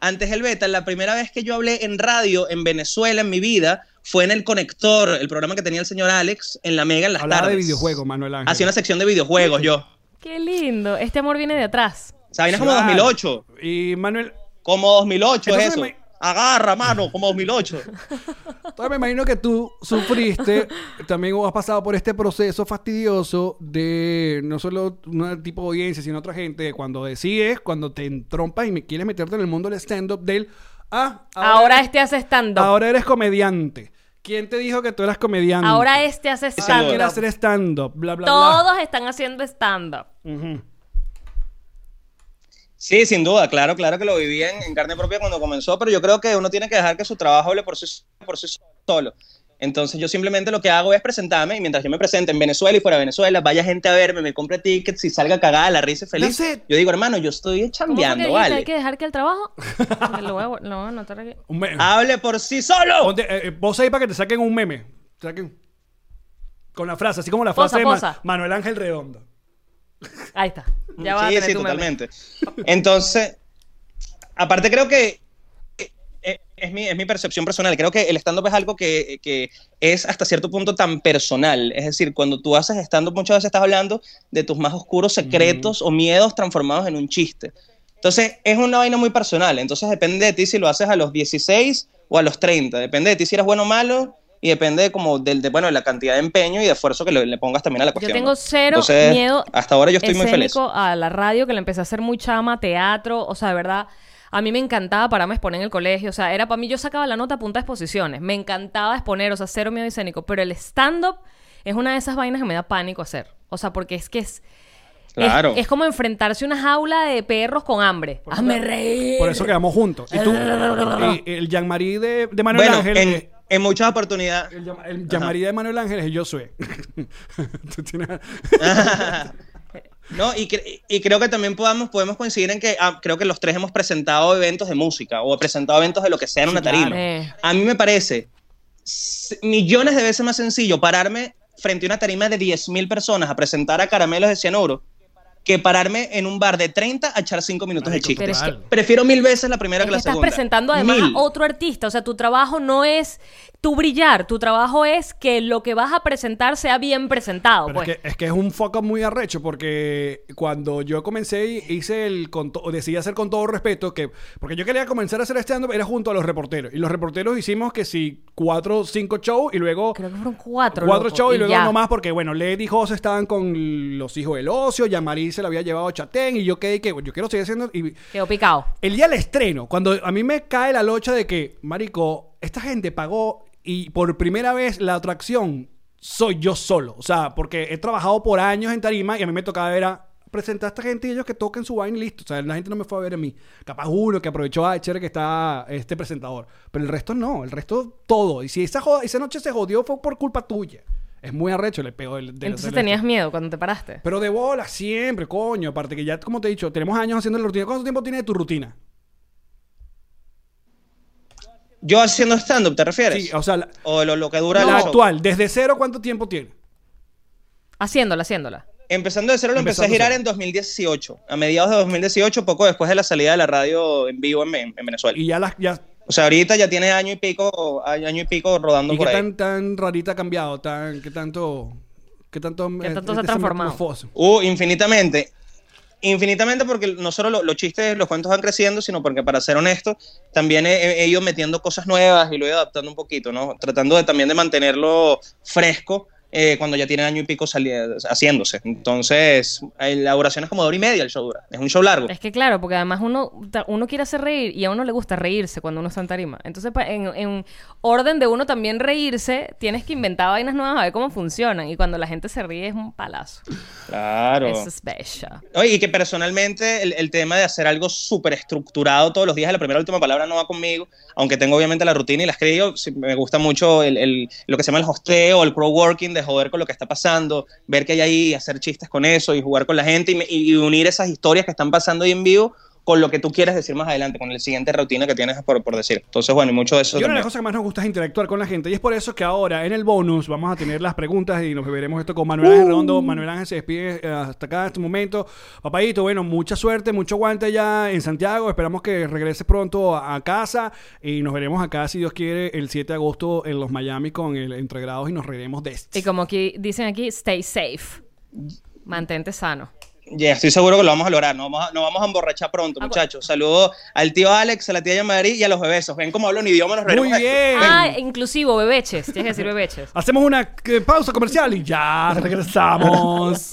antes del beta, la primera vez que yo hablé en radio en Venezuela en mi vida fue en El Conector, el programa que tenía el señor Alex en la Mega en las
Hablaba de
tardes.
videojuegos, Manuel Ángel.
Hacía una sección de videojuegos yo.
Qué lindo. Este amor viene de atrás.
O sea, vainas como
Claro.
2008.
Y Manuel,
Como 2008 es
Entonces
eso.
me-
Agarra, mano, como 2008.
Entonces me imagino que tú sufriste, también has pasado por este proceso fastidioso de no solo un tipo de audiencia, sino otra gente, de cuando decides, cuando te entrompas y me quieres meterte en el mundo del stand-up del... Ah,
Ahora, este hace stand-up. Ahora,
ahora eres comediante. ¿Quién te dijo que tú eras comediante?
este hace
señor.
Quiero
stand-up.
hacer stand-up, bla, bla, bla.
Todos están haciendo stand-up.
Ujú.
Sí, sin duda, claro, claro que lo viví en, en carne propia cuando comenzó, pero yo creo que uno tiene que dejar que su trabajo hable por sí, por sí solo. Entonces yo simplemente lo que hago es presentarme y mientras yo me presente en Venezuela y fuera de Venezuela, vaya gente a verme, me compre tickets y salga cagada, la risa y feliz.
That's it.
Yo digo, hermano, yo estoy
¿Cómo fue que
chambeando,
dijiste?
¿vale?
Hay que dejar que el trabajo. lo, voy a, lo voy a anotar aquí.
Un meme.
Hable por sí solo.
Ponte, eh, eh, posa ahí para que te saquen un meme. Saquen. Con la frase, así como la
Posa,
frase de Ma-
posa.
Manuel Ángel Redondo.
Ahí está. Ya va a
Mm. sí,
tener
sí,
tu meme.
totalmente. Entonces, aparte creo que eh, es mi, es mi percepción personal. Creo que el stand-up es algo que, que es hasta cierto punto tan personal. Es decir, cuando tú haces stand-up muchas veces estás hablando de tus más oscuros secretos o miedos transformados en un chiste. Entonces, es una vaina muy personal. Entonces, depende de ti si lo haces a los 16 o a los 30. Depende de ti si eres bueno o malo. Y depende de como del, de, bueno, de la cantidad de empeño y de esfuerzo que le, le pongas también a la
Yo
cuestión.
tengo
¿no?
cero
Entonces,
miedo.
Hasta ahora yo estoy muy feliz.
escénico A la radio, que la empecé a hacer muy chama, teatro, o sea, de verdad. A mí me encantaba pararme a exponer en el colegio, o sea, era para mí, yo sacaba la nota a punta de exposiciones, me encantaba exponer, o sea, cero miedo escénico, pero el stand-up es una de esas vainas que me da pánico hacer, o sea, porque es que es, es-
Claro.
es, como enfrentarse a una jaula de perros con hambre. Hazme reír.
Por eso quedamos juntos. Y tú, eh, el Jean-Marie de, de Manuel
Bueno,
Ángel.
en,
eh,
en muchas oportunidades.
el Jean- el Jean-Marie de Manuel Ángel es Josué. Tú tienes-
no, y, cre- y creo que también podamos, podemos coincidir en que ah, creo que los tres hemos presentado eventos de música o presentado eventos de lo que sea en una tarima.
Eh.
A mí me parece s- millones de veces más sencillo pararme frente a una tarima de 10.000 personas a presentar a Caramelos de Cianuro que pararme en un bar de 30 a echar 5 minutos
Marico,
de chiste.
pero es que-
Prefiero mil veces la primera
Es
que
que
la
estás
segunda.
presentando además
Mil.
a otro artista. O sea, tu trabajo no es tu brillar. Tu trabajo es que lo que vas a presentar sea bien
Ah,
presentado.
Pero
pues.
es, que, es que es un foco muy arrecho porque cuando yo comencé y hice el con to- decidí hacer con todo respeto que porque yo quería comenzar a hacer stand up era junto a los reporteros y los reporteros hicimos que si cuatro cinco shows y luego
Creo que fueron cuatro.
cuatro
loco,
shows y luego
ya.
uno más porque bueno Led y José estaban con los hijos del ocio Yamari se la había llevado a Chatén y yo quedé que bueno, yo quiero seguir haciendo y
Quedó picado.
El día del estreno, cuando a mí me cae la locha de que, marico, esta gente pagó y por primera vez la atracción soy yo solo. O sea, porque he trabajado por años en tarima y a mí me tocaba ver a presentar a esta gente y ellos que toquen su vaina y listo. O sea, la gente no me fue a ver a mí. Capaz uno que aprovechó a chévere que está este presentador. Pero el resto no, el resto todo. Y si esa, joda- esa noche se jodió fue por culpa tuya. Es muy arrecho el peo del... del-
Entonces
del-
tenías miedo cuando te paraste.
Pero de bola, siempre, coño. Aparte que ya, como te he dicho, tenemos años haciendo la rutina. ¿Cuánto tiempo tiene tu rutina?
Yo haciendo stand-up, ¿te refieres?
Sí, o sea, la,
o lo, lo que dura
la
el show.
actual, desde cero, ¿cuánto tiempo tiene?
Haciéndola, haciéndola.
Empezando de cero lo empecé a
Empezando
girar
cero.
en 2018, a mediados de 2018, poco después de la salida de la radio en vivo en, en- en Venezuela.
Y ya las. Ya,
o sea, ahorita ya tiene año y pico, año y pico rodando
¿Y qué
por ahí.
tan, tan rarita ha cambiado? Tan, ¿Qué tanto.? ¿Qué tanto,
¿Qué
eh,
tanto se ha
este
transformado?
metamorfoso?
Uh, infinitamente. Infinitamente porque no solo lo- los chistes, los cuentos van creciendo, sino porque para ser honesto, también he, he ido metiendo cosas nuevas y lo he ido adaptando un poquito, ¿no? Tratando de también de mantenerlo fresco eh, cuando ya tiene año y pico sali- haciéndose. Entonces, eh, la duración es como de hora y media el show dura. Es un show largo.
Es que claro, porque además uno, ta- uno quiere hacer reír y a uno le gusta reírse cuando uno está en tarima. Entonces, pa- en, en orden de uno también reírse, tienes que inventar vainas nuevas a ver cómo funcionan. Y cuando la gente se ríe es un palazo.
Claro.
Es special.
Oye, y que personalmente el, el tema de hacer algo súper estructurado todos los días, la primera y última palabra no va conmigo, aunque tengo obviamente la rutina y las creo, sí, me gusta mucho el, el- lo que se llama el hosteo, el pro-working, de joder con lo que está pasando, ver qué hay ahí, hacer chistes con eso y jugar con la gente y, me- y unir esas historias que están pasando hoy en vivo con lo que tú quieres decir más adelante, con la siguiente rutina que tienes por, por decir. Entonces, bueno, y mucho de
Y
eso.
una de
también.
las cosas que más nos gusta es interactuar con la gente. Y es por eso que ahora en el bonus vamos a tener las preguntas y nos beberemos esto con Manuel Ángel
Uh.
Redondo. Manuel Ángel se despide eh, hasta acá, este momento. Papadito, bueno, mucha suerte, mucho guante ya en Santiago. Esperamos que regreses pronto a, a casa y nos veremos acá, si Dios quiere, el 7 de agosto en los Miami con el Entregrados y nos reiremos de este.
Y como aquí, dicen aquí, stay safe. Mantente sano.
Ya, estoy seguro que lo vamos a lograr. Nos vamos a, nos vamos a emborrachar pronto, muchachos. Saludos al tío Alex, a la tía Yamari y a los bebesos. Ven cómo hablo un idioma, nos
Muy
reiremos de esto.
bien.
Ah, inclusivo, bebeches. Tienes que decir bebeches.
Hacemos una eh, pausa comercial y ya regresamos.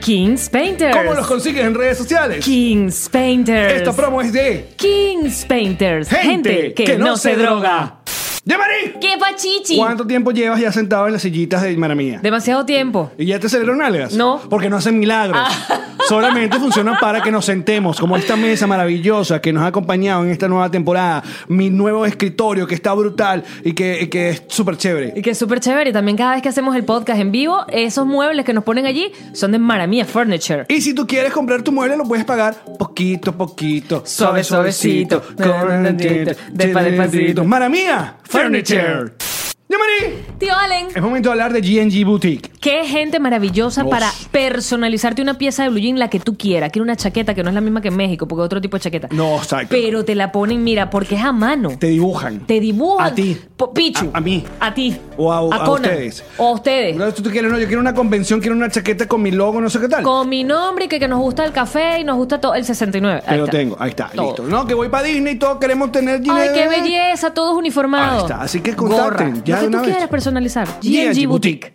Kings Painters.
¿Cómo los consigues en redes sociales?
Kings Painters.
Esta promo es de
Kings Painters.
gente, que, no, se droga. ¡Yamari!
¡Qué pachichi!
¿Cuánto tiempo llevas ya sentado en las sillitas de Maramía?
Demasiado tiempo.
¿Y ya te salieron algas?
No. Ah.
Porque no hacen milagros. Solamente funcionan para que nos sentemos, como esta mesa maravillosa que nos ha acompañado en esta nueva temporada. Mi nuevo escritorio que está brutal y que, y que es súper chévere.
Y que es súper chévere. Y También cada vez que hacemos el podcast en vivo, esos muebles que nos ponen allí son de Maramia Furniture.
Y si tú quieres comprar tu mueble, lo puedes pagar poquito a poquito, suave,
Suave,
suavecito,
suavecito,
con-
despa- despacito.
Mara mía, furniture.
Furniture.
Yamari,
Tío Allen,
es momento de hablar de GNG Boutique.
qué gente maravillosa
Dios.
para personalizarte una pieza de blue jean la que tú quieras. Quiero una chaqueta que no es la misma que en México, porque es otro tipo de chaqueta.
No, exacto.
Pero te la ponen, mira, porque es a mano.
Te dibujan.
Te dibujan.
A ti.
Po- Pichu.
A- a mí.
A ti.
O a- a
Conan.
ustedes.
O a ustedes.
Una vez tú quieres, no, yo quiero una convención, quiero una chaqueta con mi logo, no sé qué tal.
Con mi nombre y que, que nos gusta el café y nos gusta todo el 69. Ahí
Te lo
está.
tengo, ahí está,
Todo.
listo. No, que voy para Disney y todos queremos tener Disney.
Ay, qué belleza, todos
Ahí
uniformados.
está, así que contacten,
Gorra.
ya
Lo
de
que
una
tú
vez.
quieras personalizar.
GNG
GNG Boutique.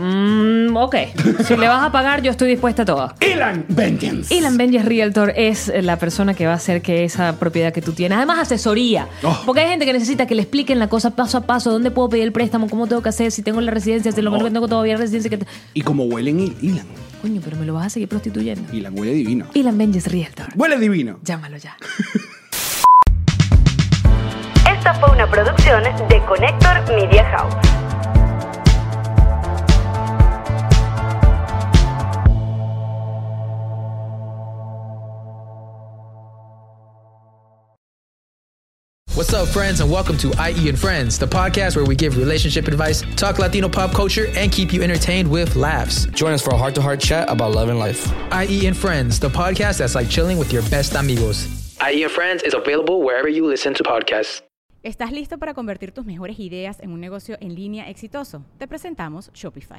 Mm, ok. si le vas a pagar, yo estoy dispuesta a todo.
Elan Vengeance.
Elan Benjes Realtor es la persona que va a hacer que esa propiedad que tú tienes, además asesoría,
Oh.
porque hay gente que necesita que le expliquen la cosa paso a paso, dónde puedo pedir el préstamo, cómo tengo que hacer, si tengo la residencia, si lo mejor que tengo todavía es residencia. Que te-
Y como huelen Il- Elan.
Coño, pero me lo vas a seguir prostituyendo.
Elan huele divino.
Elan Benjes Realtor.
Huele divino.
Llámalo ya.
Esta fue una producción de Connector Media House.
What's up, friends, and welcome to IE and Friends, the podcast where we give relationship advice, talk Latino pop culture, and keep you entertained with laughs.
Join us for a heart to heart chat about love and life.
IE and Friends, the podcast that's like chilling with your best amigos.
IE and Friends is available wherever you listen to podcasts.
¿Estás listo para convertir tus mejores ideas en un negocio en línea exitoso? Te presentamos Shopify.